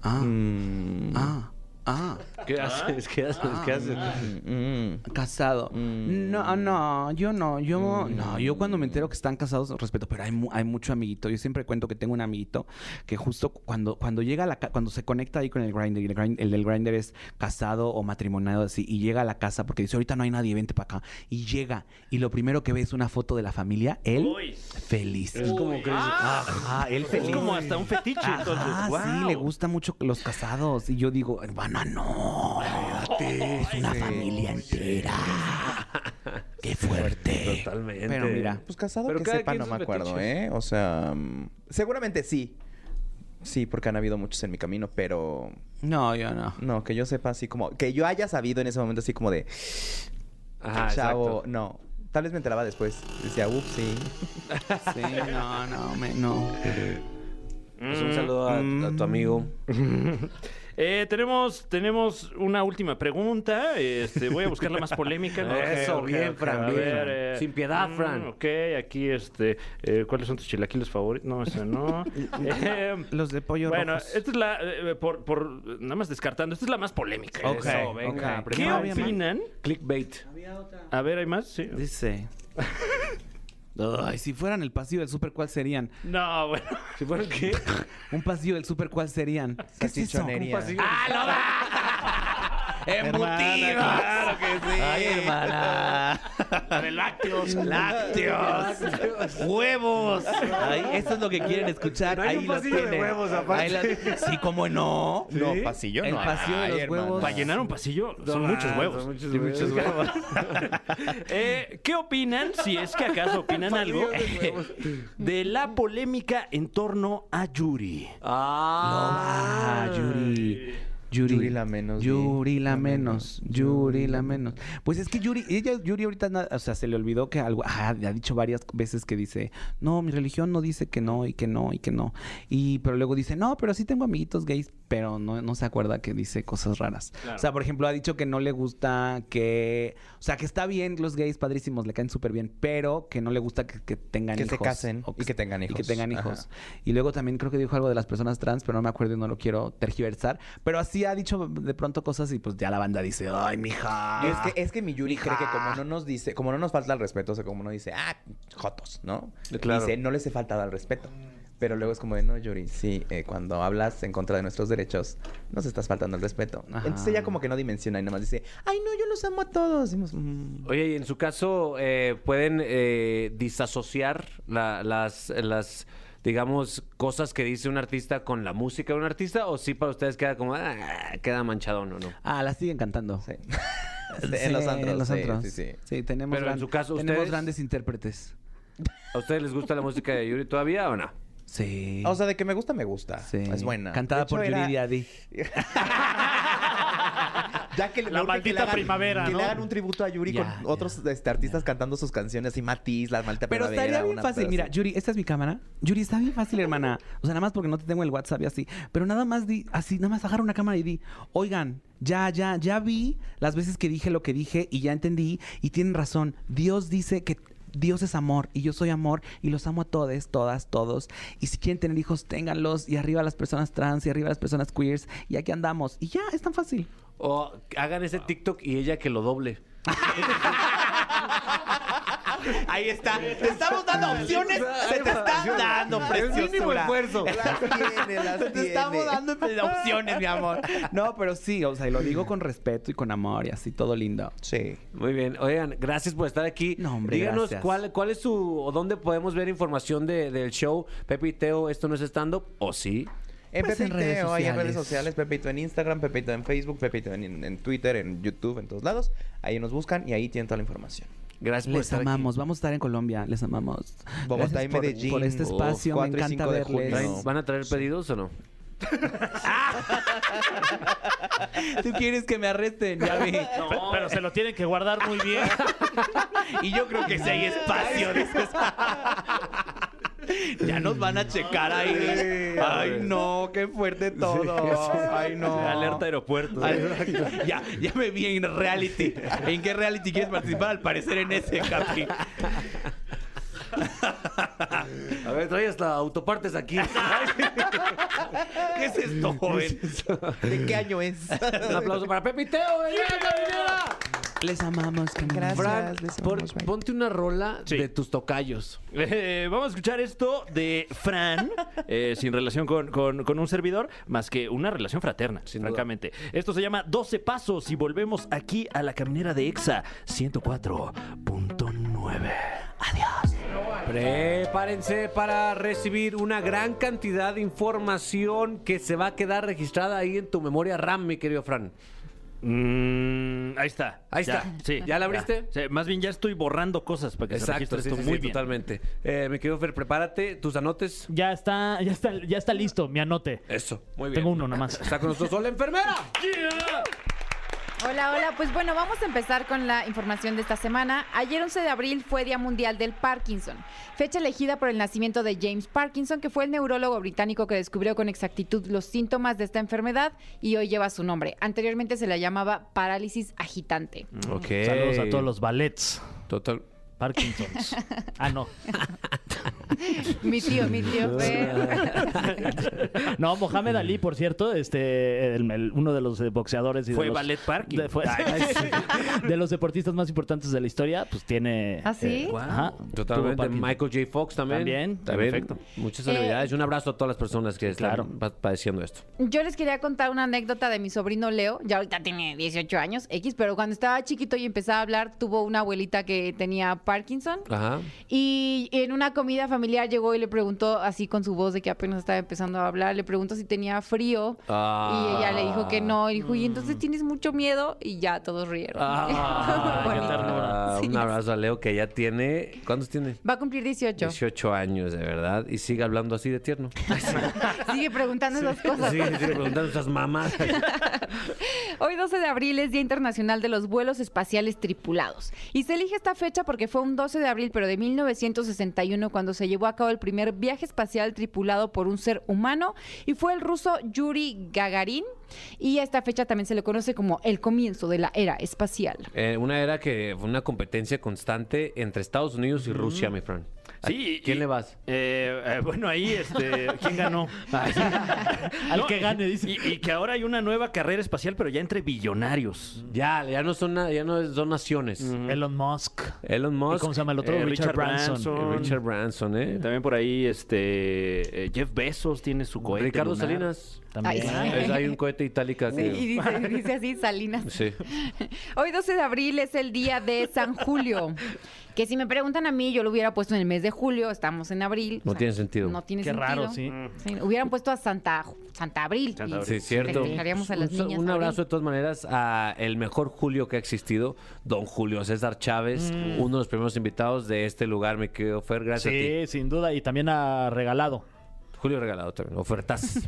Speaker 6: Ah,
Speaker 7: Mm.
Speaker 6: ah, ah.
Speaker 8: ¿Qué
Speaker 2: [LAUGHS]
Speaker 8: haces? ¿Qué haces? ¿Qué haces?
Speaker 2: Ah,
Speaker 7: Mm,
Speaker 6: Casado.
Speaker 3: Mm.
Speaker 6: No, no, yo no, yo no, yo cuando me entero que están casados respeto, pero hay, mu- hay mucho amiguito. Yo siempre cuento que tengo un amiguito que justo cuando cuando llega a la ca- cuando se conecta ahí con el grinder y el, grind, el del grinder es casado o matrimoniado así y llega a la casa porque dice ahorita no hay nadie, vente para acá y llega y lo primero que ve es una foto de la familia, él feliz.
Speaker 8: Es como que dices,
Speaker 6: Ajá, él feliz.
Speaker 3: Ah. Es como hasta un fetiche, entonces.
Speaker 6: Ah, sí,
Speaker 3: Guau.
Speaker 6: le gusta mucho los casados. Y yo digo, hermana, no. Es una
Speaker 3: [LAUGHS]
Speaker 6: familia entera. Qué fuerte.
Speaker 8: totalmente.
Speaker 6: Pero mira,
Speaker 7: Pues casado
Speaker 8: Pero
Speaker 7: que
Speaker 8: cada
Speaker 7: sepa,
Speaker 8: quien
Speaker 7: no me
Speaker 8: sus
Speaker 7: acuerdo,
Speaker 8: fetiches.
Speaker 7: ¿eh? O sea, mm, seguramente sí. Sí, porque han habido muchos en mi camino, pero
Speaker 6: No, yo no.
Speaker 7: no, que yo sepa así como, que yo haya sabido en ese momento así como de,
Speaker 8: Ajá,
Speaker 7: "Ah, chavo,
Speaker 8: exacto.
Speaker 7: no. Tal vez me enteraba después. Decía, ups, sí.
Speaker 6: Sí, no, no, me- no.
Speaker 2: Pues un saludo a, a tu amigo.
Speaker 3: Eh, tenemos, tenemos una última pregunta. Este, voy a buscar la más polémica. ¿no?
Speaker 2: Eso,
Speaker 3: Ok, ok,
Speaker 2: bien,
Speaker 3: ok.
Speaker 2: Fran,
Speaker 3: A
Speaker 2: bien.
Speaker 3: ver, eh,
Speaker 2: Sin piedad,
Speaker 3: mm,
Speaker 2: Fran.
Speaker 3: Ok, aquí, este, eh, ¿cuáles son tus chilaquiles favoritos? No, esa
Speaker 6: [LAUGHS]
Speaker 3: no. Eh,
Speaker 6: Los de pollo
Speaker 3: bueno,
Speaker 6: rojos.
Speaker 3: esta es la, eh, por, por, nada más descartando, esta es la más polémica.
Speaker 6: Ok,
Speaker 2: Eso, venga.
Speaker 6: ok.
Speaker 3: ¿Qué
Speaker 6: No había más.
Speaker 3: opinan?
Speaker 2: Clickbait.
Speaker 3: A ver, ¿hay más? Sí.
Speaker 6: Dice. Ay, si fueran el pasillo del super, ¿cuál serían?
Speaker 3: No, bueno.
Speaker 2: ¿Si fuera el qué?
Speaker 6: Un pasillo del super, ¿cuál serían? ¿Qué es eso?
Speaker 7: Salchichonería.
Speaker 6: ¡Ah, no va! ¡Embutidos!
Speaker 7: Claro que sí.
Speaker 6: Ay, hermana. lácteos. Lácteos. huevos. Ay, eso es lo que quieren escuchar.
Speaker 2: No hay
Speaker 6: Ahí
Speaker 2: un
Speaker 6: los
Speaker 2: pasillo de
Speaker 6: tienen.
Speaker 2: huevos, aparte.
Speaker 6: Ahí las- Sí, cómo no.
Speaker 7: No, pasillo
Speaker 6: El
Speaker 7: no.
Speaker 6: pasillo de
Speaker 7: hay,
Speaker 6: los
Speaker 7: hermano.
Speaker 6: huevos.
Speaker 3: [LAUGHS] Para llenar un pasillo son muchos huevos.
Speaker 2: Son muchos
Speaker 6: Y muchos huevos.
Speaker 3: Eh, ¿Qué opinan, si es que acaso opinan algo, [LAUGHS] de la polémica en torno a Yuri?
Speaker 2: Ah.
Speaker 6: Ah, Yuri. Yuri.
Speaker 7: Yuri la menos,
Speaker 6: Yuri
Speaker 7: sí.
Speaker 6: la menos. Yuri la menos. Pues es que Yuri, ella, Yuri ahorita, na- o sea, se le olvidó que algo, ah, ha dicho varias veces que dice, no, mi religión no dice que no y que no y que no. Y, pero luego dice, no, pero sí tengo amiguitos gays, pero no, no se acuerda que dice cosas raras. O sea, por ejemplo, ha dicho que no le gusta que, o sea, que está bien los gays, padrísimos, le caen súper bien, pero que no le gusta que, que tengan
Speaker 7: Que
Speaker 6: hijos.
Speaker 7: se casen y que tengan
Speaker 6: Y que
Speaker 7: hijos.
Speaker 6: tengan
Speaker 7: Ajá.
Speaker 6: hijos. Y luego también creo que dijo algo de las personas trans, pero no me acuerdo y no lo quiero tergiversar. Pero así ha dicho de pronto cosas y pues ya la banda dice, ay, mija.
Speaker 7: Y es que, es que mi Yuri cree que como no nos dice, como no nos falta el respeto, o sea, como no dice, ah, jotos, ¿no?
Speaker 2: Claro.
Speaker 7: Dice, no les he faltado al respeto.
Speaker 4: Mm.
Speaker 7: Pero luego es como de, no, Yuri, sí, eh, cuando hablas en contra de nuestros derechos, nos estás faltando al respeto.
Speaker 6: Ajá.
Speaker 7: Entonces ella como que no dimensiona y nada más dice, ay, no, yo los amo a todos. Y nos- mm.
Speaker 2: Oye, y en su caso, eh, ¿pueden eh, disasociar la- las, las, digamos, cosas que dice un artista con la música de un artista? ¿O sí para ustedes queda como, ah, queda manchadón o no?
Speaker 6: Ah, la siguen cantando. [LAUGHS]
Speaker 7: Sí.
Speaker 6: Sí,
Speaker 7: en los antros. sí,
Speaker 6: antros.
Speaker 7: Sí, sí.
Speaker 6: Sí, tenemos,
Speaker 2: Pero en su caso,
Speaker 6: tenemos
Speaker 2: ¿ustedes?
Speaker 6: grandes intérpretes.
Speaker 2: ¿A ustedes les gusta la música de Yuri todavía o no?
Speaker 6: Sí.
Speaker 7: O sea, de que me gusta, me gusta.
Speaker 6: Sí.
Speaker 7: Es buena.
Speaker 6: Cantada
Speaker 7: De hecho,
Speaker 6: por
Speaker 7: era-
Speaker 6: Yuri Diadi.
Speaker 7: [LAUGHS] Ya que le-
Speaker 4: La
Speaker 7: urge que
Speaker 4: maldita
Speaker 7: le hagan-
Speaker 4: primavera,
Speaker 7: Que
Speaker 4: ¿no?
Speaker 7: le hagan un tributo a Yuri
Speaker 6: Ya,
Speaker 7: con
Speaker 6: ya,
Speaker 7: otros este, artistas cantando sus canciones y Matiz, la maldita
Speaker 6: Pero
Speaker 7: primavera.
Speaker 6: estaría bien
Speaker 7: una
Speaker 6: fácil.
Speaker 7: cosa
Speaker 6: Mira,
Speaker 7: así.
Speaker 6: Yuri, esta es mi cámara. Yuri, está bien fácil, hermana. O sea, nada más porque no te tengo el WhatsApp y así. Pero nada más di, así, nada más agarra una cámara y di, oigan, ya, ya, ya vi las veces que dije lo que dije y ya entendí y tienen razón. Dios dice que Dios es amor y yo soy amor y los amo a todos, todas, todos. Y si quieren tener hijos, ténganlos. Y arriba las personas trans y arriba las personas queers. Y aquí andamos. Y ya, es tan fácil.
Speaker 2: O hagan ese TikTok y ella que lo doble.
Speaker 7: Ahí está. Te estamos dando opciones. Se te están dando preciosura. Las tiene, las
Speaker 6: Te
Speaker 7: tiene.
Speaker 6: estamos dando opciones, mi amor. No, pero sí, o sea, y lo digo con respeto y con amor y así, todo lindo.
Speaker 7: Sí.
Speaker 2: Muy bien. Oigan, gracias por estar aquí.
Speaker 6: No, hombre,
Speaker 2: Díganos
Speaker 6: gracias.
Speaker 2: cuál cuál es su o dónde podemos ver información de- del show Pepe y Teo, esto no es stand up o sí.
Speaker 7: En
Speaker 6: Pues
Speaker 7: Pepito,
Speaker 6: en redes
Speaker 7: hay en
Speaker 6: sociales.
Speaker 7: redes sociales, Pepito en Instagram, Pepito en Facebook, Pepito en, en Twitter, en YouTube, en todos lados. Ahí nos buscan y ahí tienen toda la información.
Speaker 2: Gracias por
Speaker 6: Les
Speaker 2: estar aquí.
Speaker 6: amamos, vamos a estar en Colombia, les amamos.
Speaker 7: Bogotá
Speaker 6: Gracias
Speaker 7: y
Speaker 6: por-
Speaker 7: Medellín.
Speaker 6: Por este
Speaker 7: Uf,
Speaker 6: espacio, me
Speaker 7: 4 y
Speaker 6: encanta
Speaker 7: 5 de
Speaker 6: verles.
Speaker 7: junio.
Speaker 2: ¿Traen- ¿Van a traer pedidos o no?
Speaker 6: [LAUGHS] Tú quieres que me arresten, ya vi.
Speaker 4: Pe- Pero se lo tienen que guardar muy bien.
Speaker 6: eh. [LAUGHS] Y yo creo que si hay espacio,
Speaker 4: [LAUGHS]
Speaker 6: dices. ya nos van a checar ahí. Ay, no, qué fuerte todo. Ay, no.
Speaker 3: Alerta aeropuerto.
Speaker 6: Ay, ya, ya me vi en reality. ¿En qué reality quieres participar? Al parecer en ese, Capi.
Speaker 2: A ver, trae hasta autopartes
Speaker 3: [LAUGHS]
Speaker 2: aquí.
Speaker 6: ¿Qué es esto, joven?
Speaker 7: ¿De qué año es?
Speaker 2: Un aplauso para Pepe y Teo. ¡eh!
Speaker 6: Les amamos,
Speaker 7: Gracias.
Speaker 2: Fran,
Speaker 7: les
Speaker 2: por-
Speaker 7: amamos, bye.
Speaker 2: ponte una rola
Speaker 3: Sí.
Speaker 2: de tus tocayos.
Speaker 3: Eh, vamos a escuchar esto de Fran, eh, sin relación con, con- con un servidor, más que una relación fraterna, francamente. Esto se llama 12 Pasos y volvemos aquí a la caminera de EXA 104.9. Adiós.
Speaker 2: Prepárense para recibir una gran cantidad de información que se va a quedar registrada ahí en tu memoria RAM, mi querido Fran.
Speaker 3: Mm, ahí está.
Speaker 2: Ahí
Speaker 3: Ya,
Speaker 2: está.
Speaker 3: Sí,
Speaker 2: ¿Ya la abriste?
Speaker 3: Sí, más bien ya estoy borrando cosas para que se
Speaker 2: Exacto,
Speaker 3: registre
Speaker 2: sí,
Speaker 3: esto
Speaker 2: sí,
Speaker 3: muy
Speaker 2: sí,
Speaker 3: bien.
Speaker 2: totalmente. Eh, mi querido Fer, prepárate tus anotes.
Speaker 4: Ya está, ya está, ya está listo, mi anote.
Speaker 2: Eso, muy bien.
Speaker 4: Tengo uno nomás.
Speaker 2: Está con nosotros la enfermera.
Speaker 9: Hola, hola. Pues bueno, vamos a empezar con la información de esta semana. Ayer 11 de abril fue Día Mundial del Parkinson, fecha elegida por el nacimiento de James Parkinson, que fue el neurólogo británico que descubrió con exactitud los síntomas de esta enfermedad y hoy lleva su nombre. Anteriormente se la llamaba parálisis agitante.
Speaker 4: Mm.
Speaker 3: Mm.
Speaker 10: Ok.
Speaker 4: Saludos a todos los ballets.
Speaker 10: Total.
Speaker 6: [LAUGHS]
Speaker 4: Parkinson's. Ah, no.
Speaker 9: Mi tío, mi tío
Speaker 2: [LAUGHS]
Speaker 9: fue...
Speaker 4: No, Mohamed Ali, por cierto, este, el- el- uno de los eh, boxeadores y de
Speaker 3: Fue
Speaker 4: los-
Speaker 3: ballet parking.
Speaker 4: de, fue- [LAUGHS] de los deportistas más importantes de la historia, pues tiene.
Speaker 9: ¿Ah, sí?
Speaker 4: ajá, tuvo
Speaker 2: Totalmente.
Speaker 4: Parkinson.
Speaker 2: Michael J. Fox también.
Speaker 4: También,
Speaker 2: También.
Speaker 4: perfecto.
Speaker 2: Muchas
Speaker 9: Eh,
Speaker 2: celebridades. Un abrazo a todas las personas que
Speaker 4: Claro.
Speaker 2: están pa- padeciendo esto.
Speaker 9: Yo les quería contar una anécdota de mi sobrino Leo. Ya ahorita tiene 18 años, X, pero cuando estaba chiquito y empezaba a hablar, tuvo una abuelita que tenía Parkinson.
Speaker 2: Ajá.
Speaker 9: Y en una comida familiar llegó y le preguntó, así con su voz de que apenas estaba empezando a hablar, le preguntó si tenía frío.
Speaker 2: Ah.
Speaker 9: Y ella le dijo que no. Y dijo, y entonces tienes mucho miedo. Y ya todos rieron. [LAUGHS]
Speaker 2: Ah,
Speaker 9: Bonito.
Speaker 2: qué ternura.
Speaker 9: Sí.
Speaker 2: Un abrazo a Leo que ya tiene. ¿Cuántos tiene?
Speaker 9: Va a cumplir 18.
Speaker 2: 18 años, de verdad. Y sigue hablando así de tierno.
Speaker 9: Sigue preguntando esas cosas.
Speaker 2: sigue, sigue preguntando esas
Speaker 9: [LAUGHS]
Speaker 2: mamás.
Speaker 9: Hoy 12 de abril es Día Internacional de los Vuelos Espaciales Tripulados. Y se elige esta fecha porque fue un 12 de abril, pero de 1961, cuando se llevó a cabo el primer viaje espacial tripulado por un ser humano, y fue el ruso Yuri Gagarin. Y a esta fecha también se le conoce como el comienzo de la era espacial.
Speaker 2: Eh, una era que fue una competencia constante entre Estados Unidos y Rusia, mi friend. ¿A
Speaker 3: Sí,
Speaker 2: ¿Quién
Speaker 3: y-
Speaker 2: le vas?
Speaker 3: Eh, eh, bueno, ahí, este, ¿quién ganó?
Speaker 4: [LAUGHS] Al
Speaker 3: No,
Speaker 4: que gane, dice.
Speaker 3: Y, y que ahora hay una nueva carrera espacial, pero ya entre billonarios.
Speaker 2: Ya, ya no son, na- ya no son naciones.
Speaker 4: Elon Musk.
Speaker 2: Elon Musk.
Speaker 4: ¿Y ¿Cómo se llama el otro?
Speaker 3: Eh,
Speaker 4: Richard,
Speaker 3: Richard
Speaker 4: Branson.
Speaker 3: Branson.
Speaker 2: Richard Branson, ¿eh?
Speaker 3: Eh, También por ahí, este, eh, Jeff Bezos tiene su cohete.
Speaker 2: Ricardo
Speaker 3: lunar.
Speaker 2: Salinas. Ah,
Speaker 4: También.
Speaker 9: Ay, sí.
Speaker 2: Es- hay un cohete itálica
Speaker 9: Sí,
Speaker 2: que...
Speaker 9: y dice, dice así Salinas.
Speaker 2: Sí.
Speaker 9: Hoy 12 de abril es el día de San Julio. Que si me preguntan a mí, yo lo hubiera puesto en el mes de julio, estamos en abril.
Speaker 2: No tiene sentido.
Speaker 9: No tiene
Speaker 4: Qué
Speaker 9: sentido.
Speaker 4: raro, sí.
Speaker 2: Mm,
Speaker 9: Sí, hubieran puesto a Santa, Santa Abril.
Speaker 3: Santa
Speaker 9: y
Speaker 3: Abril.
Speaker 2: Sí, cierto.
Speaker 9: festejaríamos a las
Speaker 2: un,
Speaker 9: niñas
Speaker 2: un
Speaker 9: Abril.
Speaker 2: abrazo de todas maneras a el mejor Julio que ha existido, don Julio César Chávez, uno de los primeros invitados de este lugar, mi querido Fer, gracias a
Speaker 4: Mm. Sí, sin duda. Y también ha regalado.
Speaker 2: ti. Julio Regalado también, ofertas.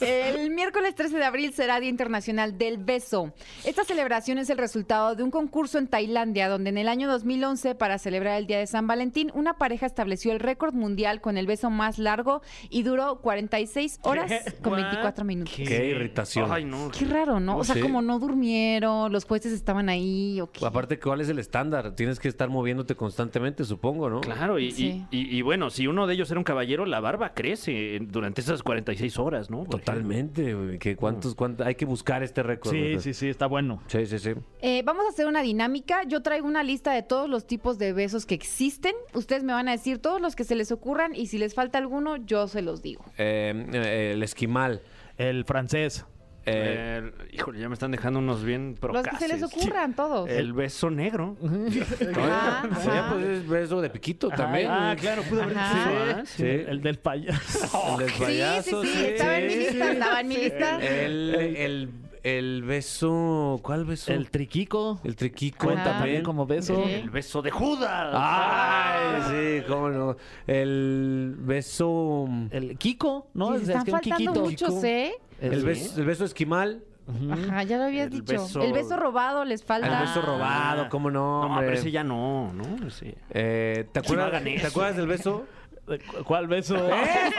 Speaker 9: El miércoles 13 de abril será Día Internacional del Beso. Esta celebración es el resultado de un concurso en Tailandia, donde en el año 2011, para celebrar el Día de San Valentín, una pareja estableció el récord mundial con el beso más largo y duró 46 horas con 24 minutos.
Speaker 2: Qué irritación.
Speaker 3: Ay, no.
Speaker 9: Qué raro, ¿no? O sea,
Speaker 2: Sí.
Speaker 9: como no durmieron, los jueces estaban ahí. ¿o qué?
Speaker 2: Pues Aparte, ¿cuál es el estándar? Tienes que estar moviéndote constantemente, supongo, ¿no?
Speaker 3: Claro, y, y-
Speaker 9: Sí.
Speaker 3: y- y bueno, si uno de ellos era un caballero, la barba crece durante esas 46 horas, ¿no? Por ejemplo.
Speaker 2: Totalmente, güey, que cuántos, cuántos, hay que buscar este récord.
Speaker 4: Sí,
Speaker 2: güey.
Speaker 4: sí, sí, está bueno.
Speaker 2: Sí, sí, sí.
Speaker 9: Eh, vamos a hacer una dinámica. Yo traigo una lista de todos los tipos de besos que existen. Ustedes me van a decir todos los que se les ocurran y si les falta alguno, yo se los digo.
Speaker 2: Eh, eh, el esquimal.
Speaker 4: El francés.
Speaker 2: eh,
Speaker 3: Eh, híjole, ya me están dejando unos bien
Speaker 9: Los que se les
Speaker 3: procaces.
Speaker 9: ocurran, todos.
Speaker 3: El beso negro.
Speaker 9: Ajá,
Speaker 2: sí,
Speaker 9: Ah, ajá.
Speaker 2: pues es beso de piquito también.
Speaker 4: Ah,
Speaker 2: güey.
Speaker 4: claro, pudo haber
Speaker 9: Ajá.
Speaker 4: dicho, ah,
Speaker 2: Sí.
Speaker 4: sí, El
Speaker 2: [LAUGHS]
Speaker 4: del payaso.
Speaker 2: El del
Speaker 9: Sí,
Speaker 2: payaso,
Speaker 9: sí, sí, estaba en mi lista, estaba en mi lista.
Speaker 2: El, el, el beso. ¿Cuál beso?
Speaker 4: El triquico.
Speaker 2: el triquico
Speaker 9: Ajá.
Speaker 4: También
Speaker 2: también.
Speaker 4: como beso.
Speaker 3: El beso de Judas. Ah.
Speaker 2: Ay, sí, cómo no. El beso.
Speaker 4: El Kiko, ¿no?
Speaker 9: Sí,
Speaker 4: Es- es
Speaker 9: se están
Speaker 4: que un
Speaker 9: faltando
Speaker 4: Kikito.
Speaker 9: muchos, ¿eh?
Speaker 2: El beso, el beso esquimal.
Speaker 9: Ajá, ya lo habías
Speaker 3: El
Speaker 9: dicho.
Speaker 3: beso-
Speaker 9: El beso robado les
Speaker 2: El
Speaker 9: falta.
Speaker 2: beso robado, cómo no.
Speaker 3: No,
Speaker 2: hombre.
Speaker 3: pero ese ya no, ¿no? Sí.
Speaker 2: Eh, ¿te,
Speaker 3: no
Speaker 2: acuerdas,
Speaker 3: hagan
Speaker 2: ¿Te
Speaker 3: eso.
Speaker 2: acuerdas del beso?
Speaker 4: ¿Cu- ¿Cuál beso?
Speaker 2: ¿Eh?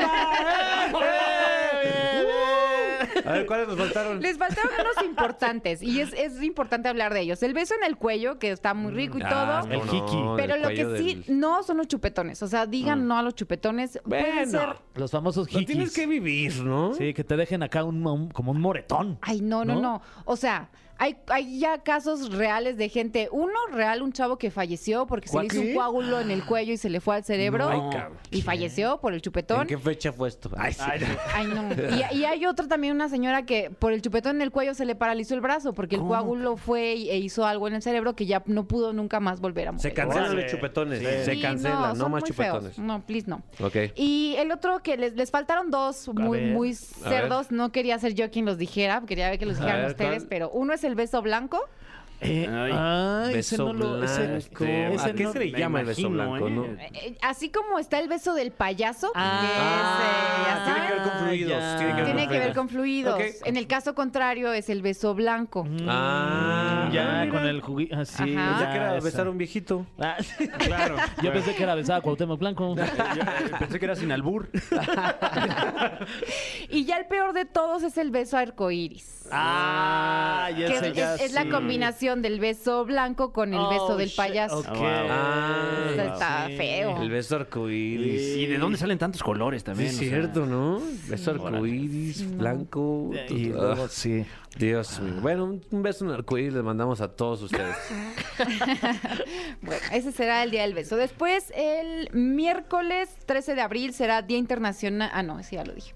Speaker 2: A ver, ¿cuáles nos faltaron?
Speaker 9: Les faltaron unos importantes y es, es importante hablar de ellos. El beso en el cuello, que está muy rico y
Speaker 2: Ah,
Speaker 9: todo.
Speaker 2: cómo
Speaker 4: El jiki.
Speaker 2: no, del
Speaker 9: Pero lo que
Speaker 2: cuello
Speaker 9: sí,
Speaker 2: del-
Speaker 9: no son los chupetones. O sea, digan no a los chupetones. Pueden ser.
Speaker 2: Bueno,
Speaker 4: Los famosos
Speaker 2: lo tienes
Speaker 4: hikis.
Speaker 2: que vivir, ¿no?
Speaker 4: Sí, que te dejen acá un, un- como un moretón.
Speaker 9: Ay, no, no,
Speaker 4: ¿No?
Speaker 9: no, O sea, hay, hay ya casos reales de gente. Uno real, un chavo que falleció porque se le hizo un coágulo en el cuello y se le fue al cerebro.
Speaker 2: Ah. Ay, cabrón.
Speaker 9: y falleció por el
Speaker 2: ¿En
Speaker 9: chupetón.
Speaker 2: qué fecha fue esto? Ay, sí. [LAUGHS]
Speaker 9: Ay, no. Y, y hay otra también, una señora que por el chupetón en el cuello se le paralizó el brazo porque el coágulo fue y- e hizo algo en el cerebro que ya no pudo nunca más volver a mover.
Speaker 2: Se cancelan
Speaker 4: Órale.
Speaker 2: los chupetones.
Speaker 4: Sí.
Speaker 2: Se
Speaker 9: Sí,
Speaker 2: cancelan, no,
Speaker 9: son
Speaker 2: más
Speaker 9: muy feos.
Speaker 2: chupetones.
Speaker 9: No, please, no.
Speaker 2: Ok.
Speaker 9: Y el otro que les, les faltaron dos muy,
Speaker 4: ver.
Speaker 9: muy cerdos. No quería ser yo quien los dijera, quería ver que los
Speaker 2: A
Speaker 9: dijeran
Speaker 2: ver,
Speaker 9: ustedes,
Speaker 2: ¿cuál?
Speaker 9: pero uno es el beso blanco.
Speaker 4: Eh,
Speaker 3: Ay.
Speaker 4: ay, ese
Speaker 2: beso
Speaker 4: no lo. ese-
Speaker 2: blanco.
Speaker 4: ese
Speaker 2: ¿A qué
Speaker 4: no-
Speaker 2: se le
Speaker 3: me
Speaker 2: llama el beso
Speaker 3: imagino,
Speaker 2: blanco?
Speaker 3: ¿eh?
Speaker 2: no?
Speaker 9: Eh, Así como está el beso del payaso,
Speaker 4: Ah.
Speaker 9: que es, eh, ya
Speaker 2: Ah, tiene que ver
Speaker 9: sabes,
Speaker 2: con fluidos. Ah, Tiene que ver,
Speaker 9: tiene que ver con fluidos.
Speaker 2: Ok.
Speaker 9: En el caso contrario es el beso blanco.
Speaker 2: Ah,
Speaker 4: Mm, Ya,
Speaker 2: mira.
Speaker 4: con el juguito. Así.
Speaker 9: Ajá.
Speaker 2: Pensé que era
Speaker 4: ya,
Speaker 2: besar a
Speaker 4: esa.
Speaker 2: un viejito.
Speaker 4: [LAUGHS] Ah,
Speaker 3: Claro.
Speaker 4: Yo pensé que era besada a Cuauhtémoc Blanco.
Speaker 2: [LAUGHS]
Speaker 3: pensé que era sin albur.
Speaker 9: Y ya el peor de todos es el beso arcoíris.
Speaker 4: [LAUGHS] Ah, y
Speaker 9: que
Speaker 4: ese
Speaker 9: es,
Speaker 4: ya
Speaker 9: es- es la
Speaker 4: sí.
Speaker 9: combinación del beso blanco con el beso
Speaker 4: Oh,
Speaker 9: del
Speaker 4: shit,
Speaker 9: payaso.
Speaker 4: ok.
Speaker 2: Ah,
Speaker 9: Está- está
Speaker 4: sí.
Speaker 9: feo.
Speaker 2: El beso arcoíris.
Speaker 3: ¿Y de dónde salen tantos colores también?
Speaker 2: es
Speaker 3: O sea,
Speaker 2: cierto, ¿no? Beso
Speaker 3: Órale.
Speaker 2: arcoíris, blanco.
Speaker 4: Y
Speaker 2: todo.
Speaker 4: luego sí.
Speaker 2: Dios
Speaker 3: Ah.
Speaker 2: mío. Bueno, un un beso en arcoíris les mandamos a todos
Speaker 4: [LAUGHS]
Speaker 2: ustedes.
Speaker 9: Bueno, ese será el día del beso. Después, el miércoles 13 de abril será Día Internacional. Ah, no, ese ya lo dije.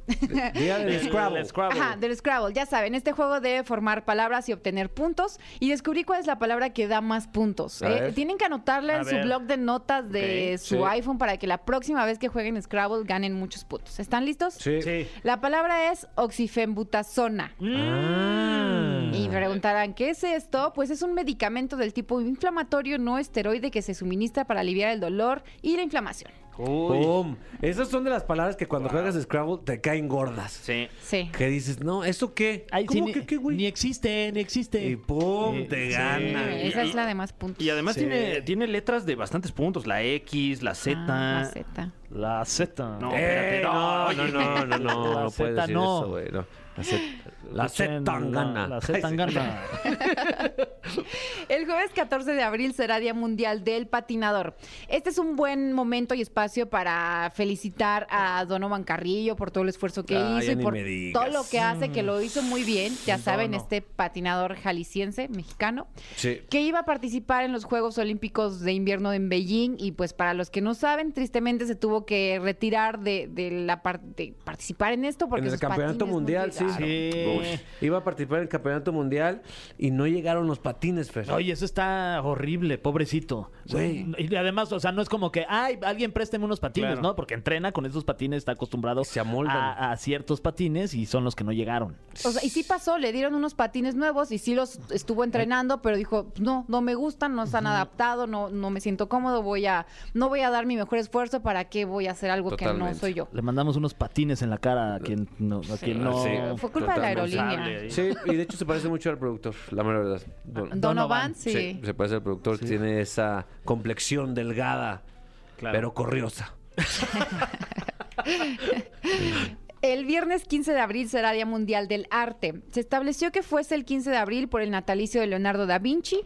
Speaker 2: Día del Scrabble.
Speaker 9: Ajá, del Scrabble. Ya saben, este juego debe formar palabras y obtener puntos. Y descubrí cuál es la palabra que da más puntos.
Speaker 2: A
Speaker 9: ¿eh?
Speaker 2: ver.
Speaker 9: Tienen que anotarla
Speaker 4: A
Speaker 9: en
Speaker 4: ver.
Speaker 9: su blog de notas de
Speaker 2: Ok,
Speaker 9: su
Speaker 2: sí.
Speaker 9: iPhone para que la próxima vez que jueguen Scrabble ganen muchos puntos. ¿Están listos?
Speaker 2: Sí.
Speaker 9: La palabra es oxifenbutazona.
Speaker 2: Ah.
Speaker 4: Mm.
Speaker 9: Y preguntarán, ¿qué es esto? Pues es un medicamento del tipo inflamatorio no esteroide que se suministra para aliviar el dolor y la inflamación.
Speaker 2: Pum. Esas son de las palabras que cuando juegas Scrabble te caen gordas.
Speaker 3: Sí.
Speaker 9: Sí.
Speaker 2: Que dices, no, ¿eso qué?
Speaker 4: Ay, sí,
Speaker 2: ¿Cómo
Speaker 4: ni,
Speaker 2: que qué, güey?
Speaker 4: ni existe, ni existe.
Speaker 2: Y pum, te
Speaker 4: Sí.
Speaker 2: gana.
Speaker 9: Esa es la de más puntos. Ah,
Speaker 3: Y además
Speaker 4: Sí.
Speaker 3: tiene, tiene letras de bastantes puntos. La X, la Z.
Speaker 9: Ah, la Z.
Speaker 4: La Z.
Speaker 3: No,
Speaker 2: Eh,
Speaker 3: espérate,
Speaker 2: no,
Speaker 3: oye.
Speaker 2: no, no, no, no,
Speaker 4: [LAUGHS] La
Speaker 2: no puedes
Speaker 4: Z
Speaker 2: decir
Speaker 4: no.
Speaker 2: eso, güey. no. La Z- La
Speaker 4: Escuchen
Speaker 2: Z tangana.
Speaker 4: La,
Speaker 2: [LAUGHS]
Speaker 4: la Z tangana.
Speaker 9: El jueves 14 de abril será Día Mundial del Patinador. Este es un buen momento y espacio para felicitar a Donovan Carrillo por todo el esfuerzo que
Speaker 2: Ah,
Speaker 9: hizo
Speaker 2: ya
Speaker 9: y
Speaker 2: ni
Speaker 9: por
Speaker 2: me digas.
Speaker 9: todo lo que hace, que lo hizo muy bien. Ya
Speaker 4: Dono.
Speaker 9: saben, este patinador jalisciense, mexicano,
Speaker 2: Sí.
Speaker 9: que iba a participar en los Juegos Olímpicos de Invierno en Beijing y pues para los que no saben, tristemente se tuvo que retirar de, de la par- de participar en esto porque
Speaker 2: En el
Speaker 9: sus
Speaker 2: campeonato
Speaker 9: patines no
Speaker 2: mundial, sí.
Speaker 9: llegaron.
Speaker 4: Sí.
Speaker 2: Iba a participar en el campeonato mundial y no llegaron los patines, Fer.
Speaker 4: [LAUGHS] Oye, eso está horrible, pobrecito. O sea,
Speaker 2: Güey.
Speaker 4: Y además, o sea, no es como que, ay, alguien présteme unos patines,
Speaker 3: Claro.
Speaker 4: ¿no? Porque entrena con esos patines, está acostumbrado
Speaker 2: Se amoldan.
Speaker 4: a, a ciertos patines y son los que no llegaron.
Speaker 9: O sea, y sí pasó, le dieron unos patines nuevos y sí los
Speaker 2: Eh.
Speaker 9: estuvo entrenando, pero dijo, no, no me gustan, no están adaptados, no, no me siento cómodo, voy a, no voy a dar mi mejor esfuerzo, ¿para qué voy a hacer algo que no
Speaker 2: Totalmente.
Speaker 9: soy yo?
Speaker 4: Le mandamos unos patines en la cara a quien no. A quien no.
Speaker 2: sí.
Speaker 9: Fue culpa de la
Speaker 2: Totalmente.
Speaker 9: aerolínea.
Speaker 2: Sí, y de hecho se parece mucho al productor, la mera verdad. Don-
Speaker 9: Donovan, Ah, sí.
Speaker 2: Sí, se parece al productor, tiene esa complexión delgada, pero corriosa.
Speaker 9: El viernes 15 de abril será Día Mundial del Arte. Se estableció que fuese el 15 de abril por el natalicio de Leonardo da Vinci,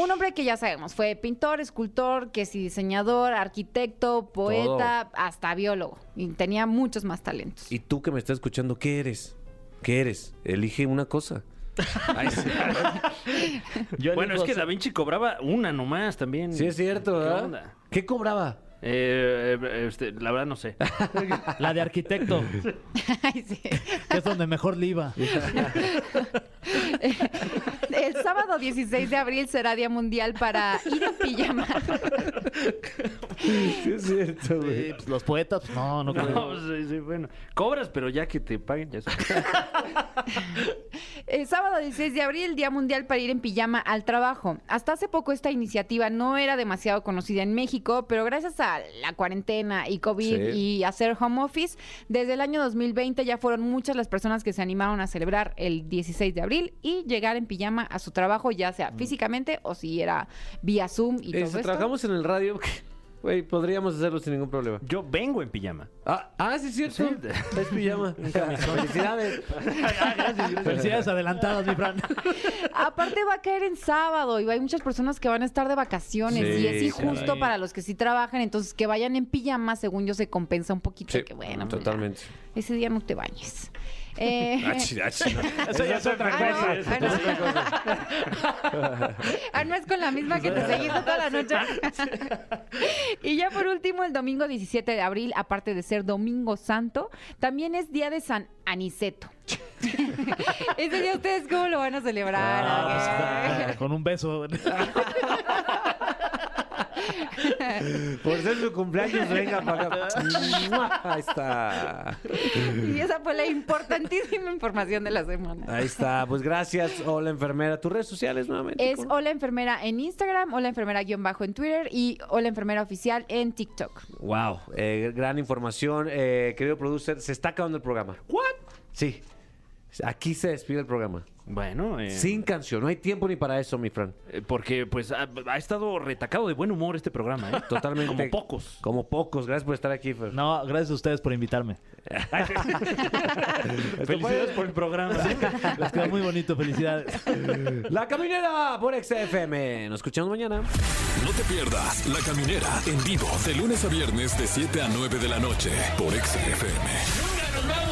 Speaker 9: un hombre que ya sabemos, fue pintor, escultor, que sí, diseñador, arquitecto, poeta, hasta biólogo. Y tenía muchos más talentos.
Speaker 2: Y tú que me estás escuchando, ¿qué eres? ¿Qué eres? Elige una cosa. Ay, sí.
Speaker 4: Yo
Speaker 3: Bueno, es
Speaker 4: elijo
Speaker 3: que
Speaker 4: hacer-
Speaker 3: Da Vinci cobraba una nomás también.
Speaker 2: Sí, es cierto,
Speaker 3: ¿Qué
Speaker 2: ¿verdad?
Speaker 3: onda?
Speaker 2: ¿Qué cobraba?
Speaker 3: Eh, eh, este, la verdad no sé.
Speaker 4: La de arquitecto,
Speaker 9: [LAUGHS] Ay, sí.
Speaker 4: que es donde mejor le iba.
Speaker 9: El sábado 16 de abril será Día Mundial para ir en pijama.
Speaker 2: Sí, es cierto,
Speaker 4: Sí, pues, los poetas, pues, no, no creo.
Speaker 3: No, sí, sí, bueno. Cobras, pero ya que te paguen, ya sabes.
Speaker 9: El sábado 16 de abril, Día Mundial para ir en pijama al trabajo. Hasta hace poco esta iniciativa no era demasiado conocida en México, pero gracias a la cuarentena y COVID
Speaker 2: Sí.
Speaker 9: y hacer home office, desde el año 2020 ya fueron muchas las personas que se animaron a celebrar el 16 de abril y llegar en pijama a su trabajo, ya sea físicamente o si era vía Zoom y todo
Speaker 2: Mm. Eh, si
Speaker 9: esto.
Speaker 2: trabajamos en el radio, [LAUGHS] güey, podríamos hacerlo sin ningún problema.
Speaker 3: Yo vengo en pijama.
Speaker 2: Ah, ah, sí, es cierto. Es pijama. Felicidades.
Speaker 4: Felicidades adelantadas, mi Fran.
Speaker 9: Aparte va a caer en sábado y hay muchas personas que van a estar de vacaciones
Speaker 2: Sí,
Speaker 9: y es injusto
Speaker 4: caray.
Speaker 9: para los que sí trabajan, entonces que vayan en pijama, según yo, se compensa un poquito.
Speaker 2: Sí,
Speaker 9: que bueno, pues,
Speaker 2: totalmente. Ah,
Speaker 9: ya, ese día no
Speaker 2: [LAUGHS]
Speaker 9: te bañes. Eh,
Speaker 4: Eso ya es otra
Speaker 9: ah,
Speaker 4: cosa.
Speaker 9: no, ah, no. Ah, no es con la misma que te seguiste toda la noche. [LAUGHS] y ya por último, el domingo 17 de abril, aparte de ser Domingo Santo, también es día de San
Speaker 2: [LAUGHS]
Speaker 9: Aniceto. [LAUGHS] Ese día ustedes cómo lo van a
Speaker 2: pues,
Speaker 9: celebrar.
Speaker 4: Ah,
Speaker 9: ¿A qué?
Speaker 4: pues, ah, con un beso.
Speaker 2: Por ser su cumpleaños, venga para
Speaker 9: [LAUGHS]
Speaker 2: acá. ¡Mua!
Speaker 8: Ahí está.
Speaker 9: Y esa fue la importantísima información de la semana.
Speaker 2: Ahí está. Pues gracias, hola enfermera. ¿Tus redes sociales nuevamente?
Speaker 9: Es Hola Enfermera en Instagram, Hola Enfermera guión bajo en Twitter y Hola Enfermera Oficial en TikTok.
Speaker 2: Wow, eh, gran información. Eh, querido producer, se está acabando el programa. ¿What? Sí. Aquí se despide el programa.
Speaker 3: Bueno, eh,
Speaker 2: Sin canción. No hay tiempo ni para eso, mi Fran.
Speaker 3: eh, porque pues ha, ha estado retacado de buen humor este programa, ¿eh?
Speaker 2: [LAUGHS] Totalmente.
Speaker 3: Como pocos.
Speaker 2: Como pocos. Gracias por estar aquí, Fer.
Speaker 4: No, gracias a ustedes por invitarme.
Speaker 3: Felicidades por el programa.
Speaker 4: Les quedó muy bonito, felicidades.
Speaker 2: La caminera por XFM. Nos escuchamos mañana.
Speaker 1: No te pierdas La Caminera en vivo de lunes a viernes de 7 a 9 de la noche por XFM.
Speaker 8: ¡Nunca nos vamos!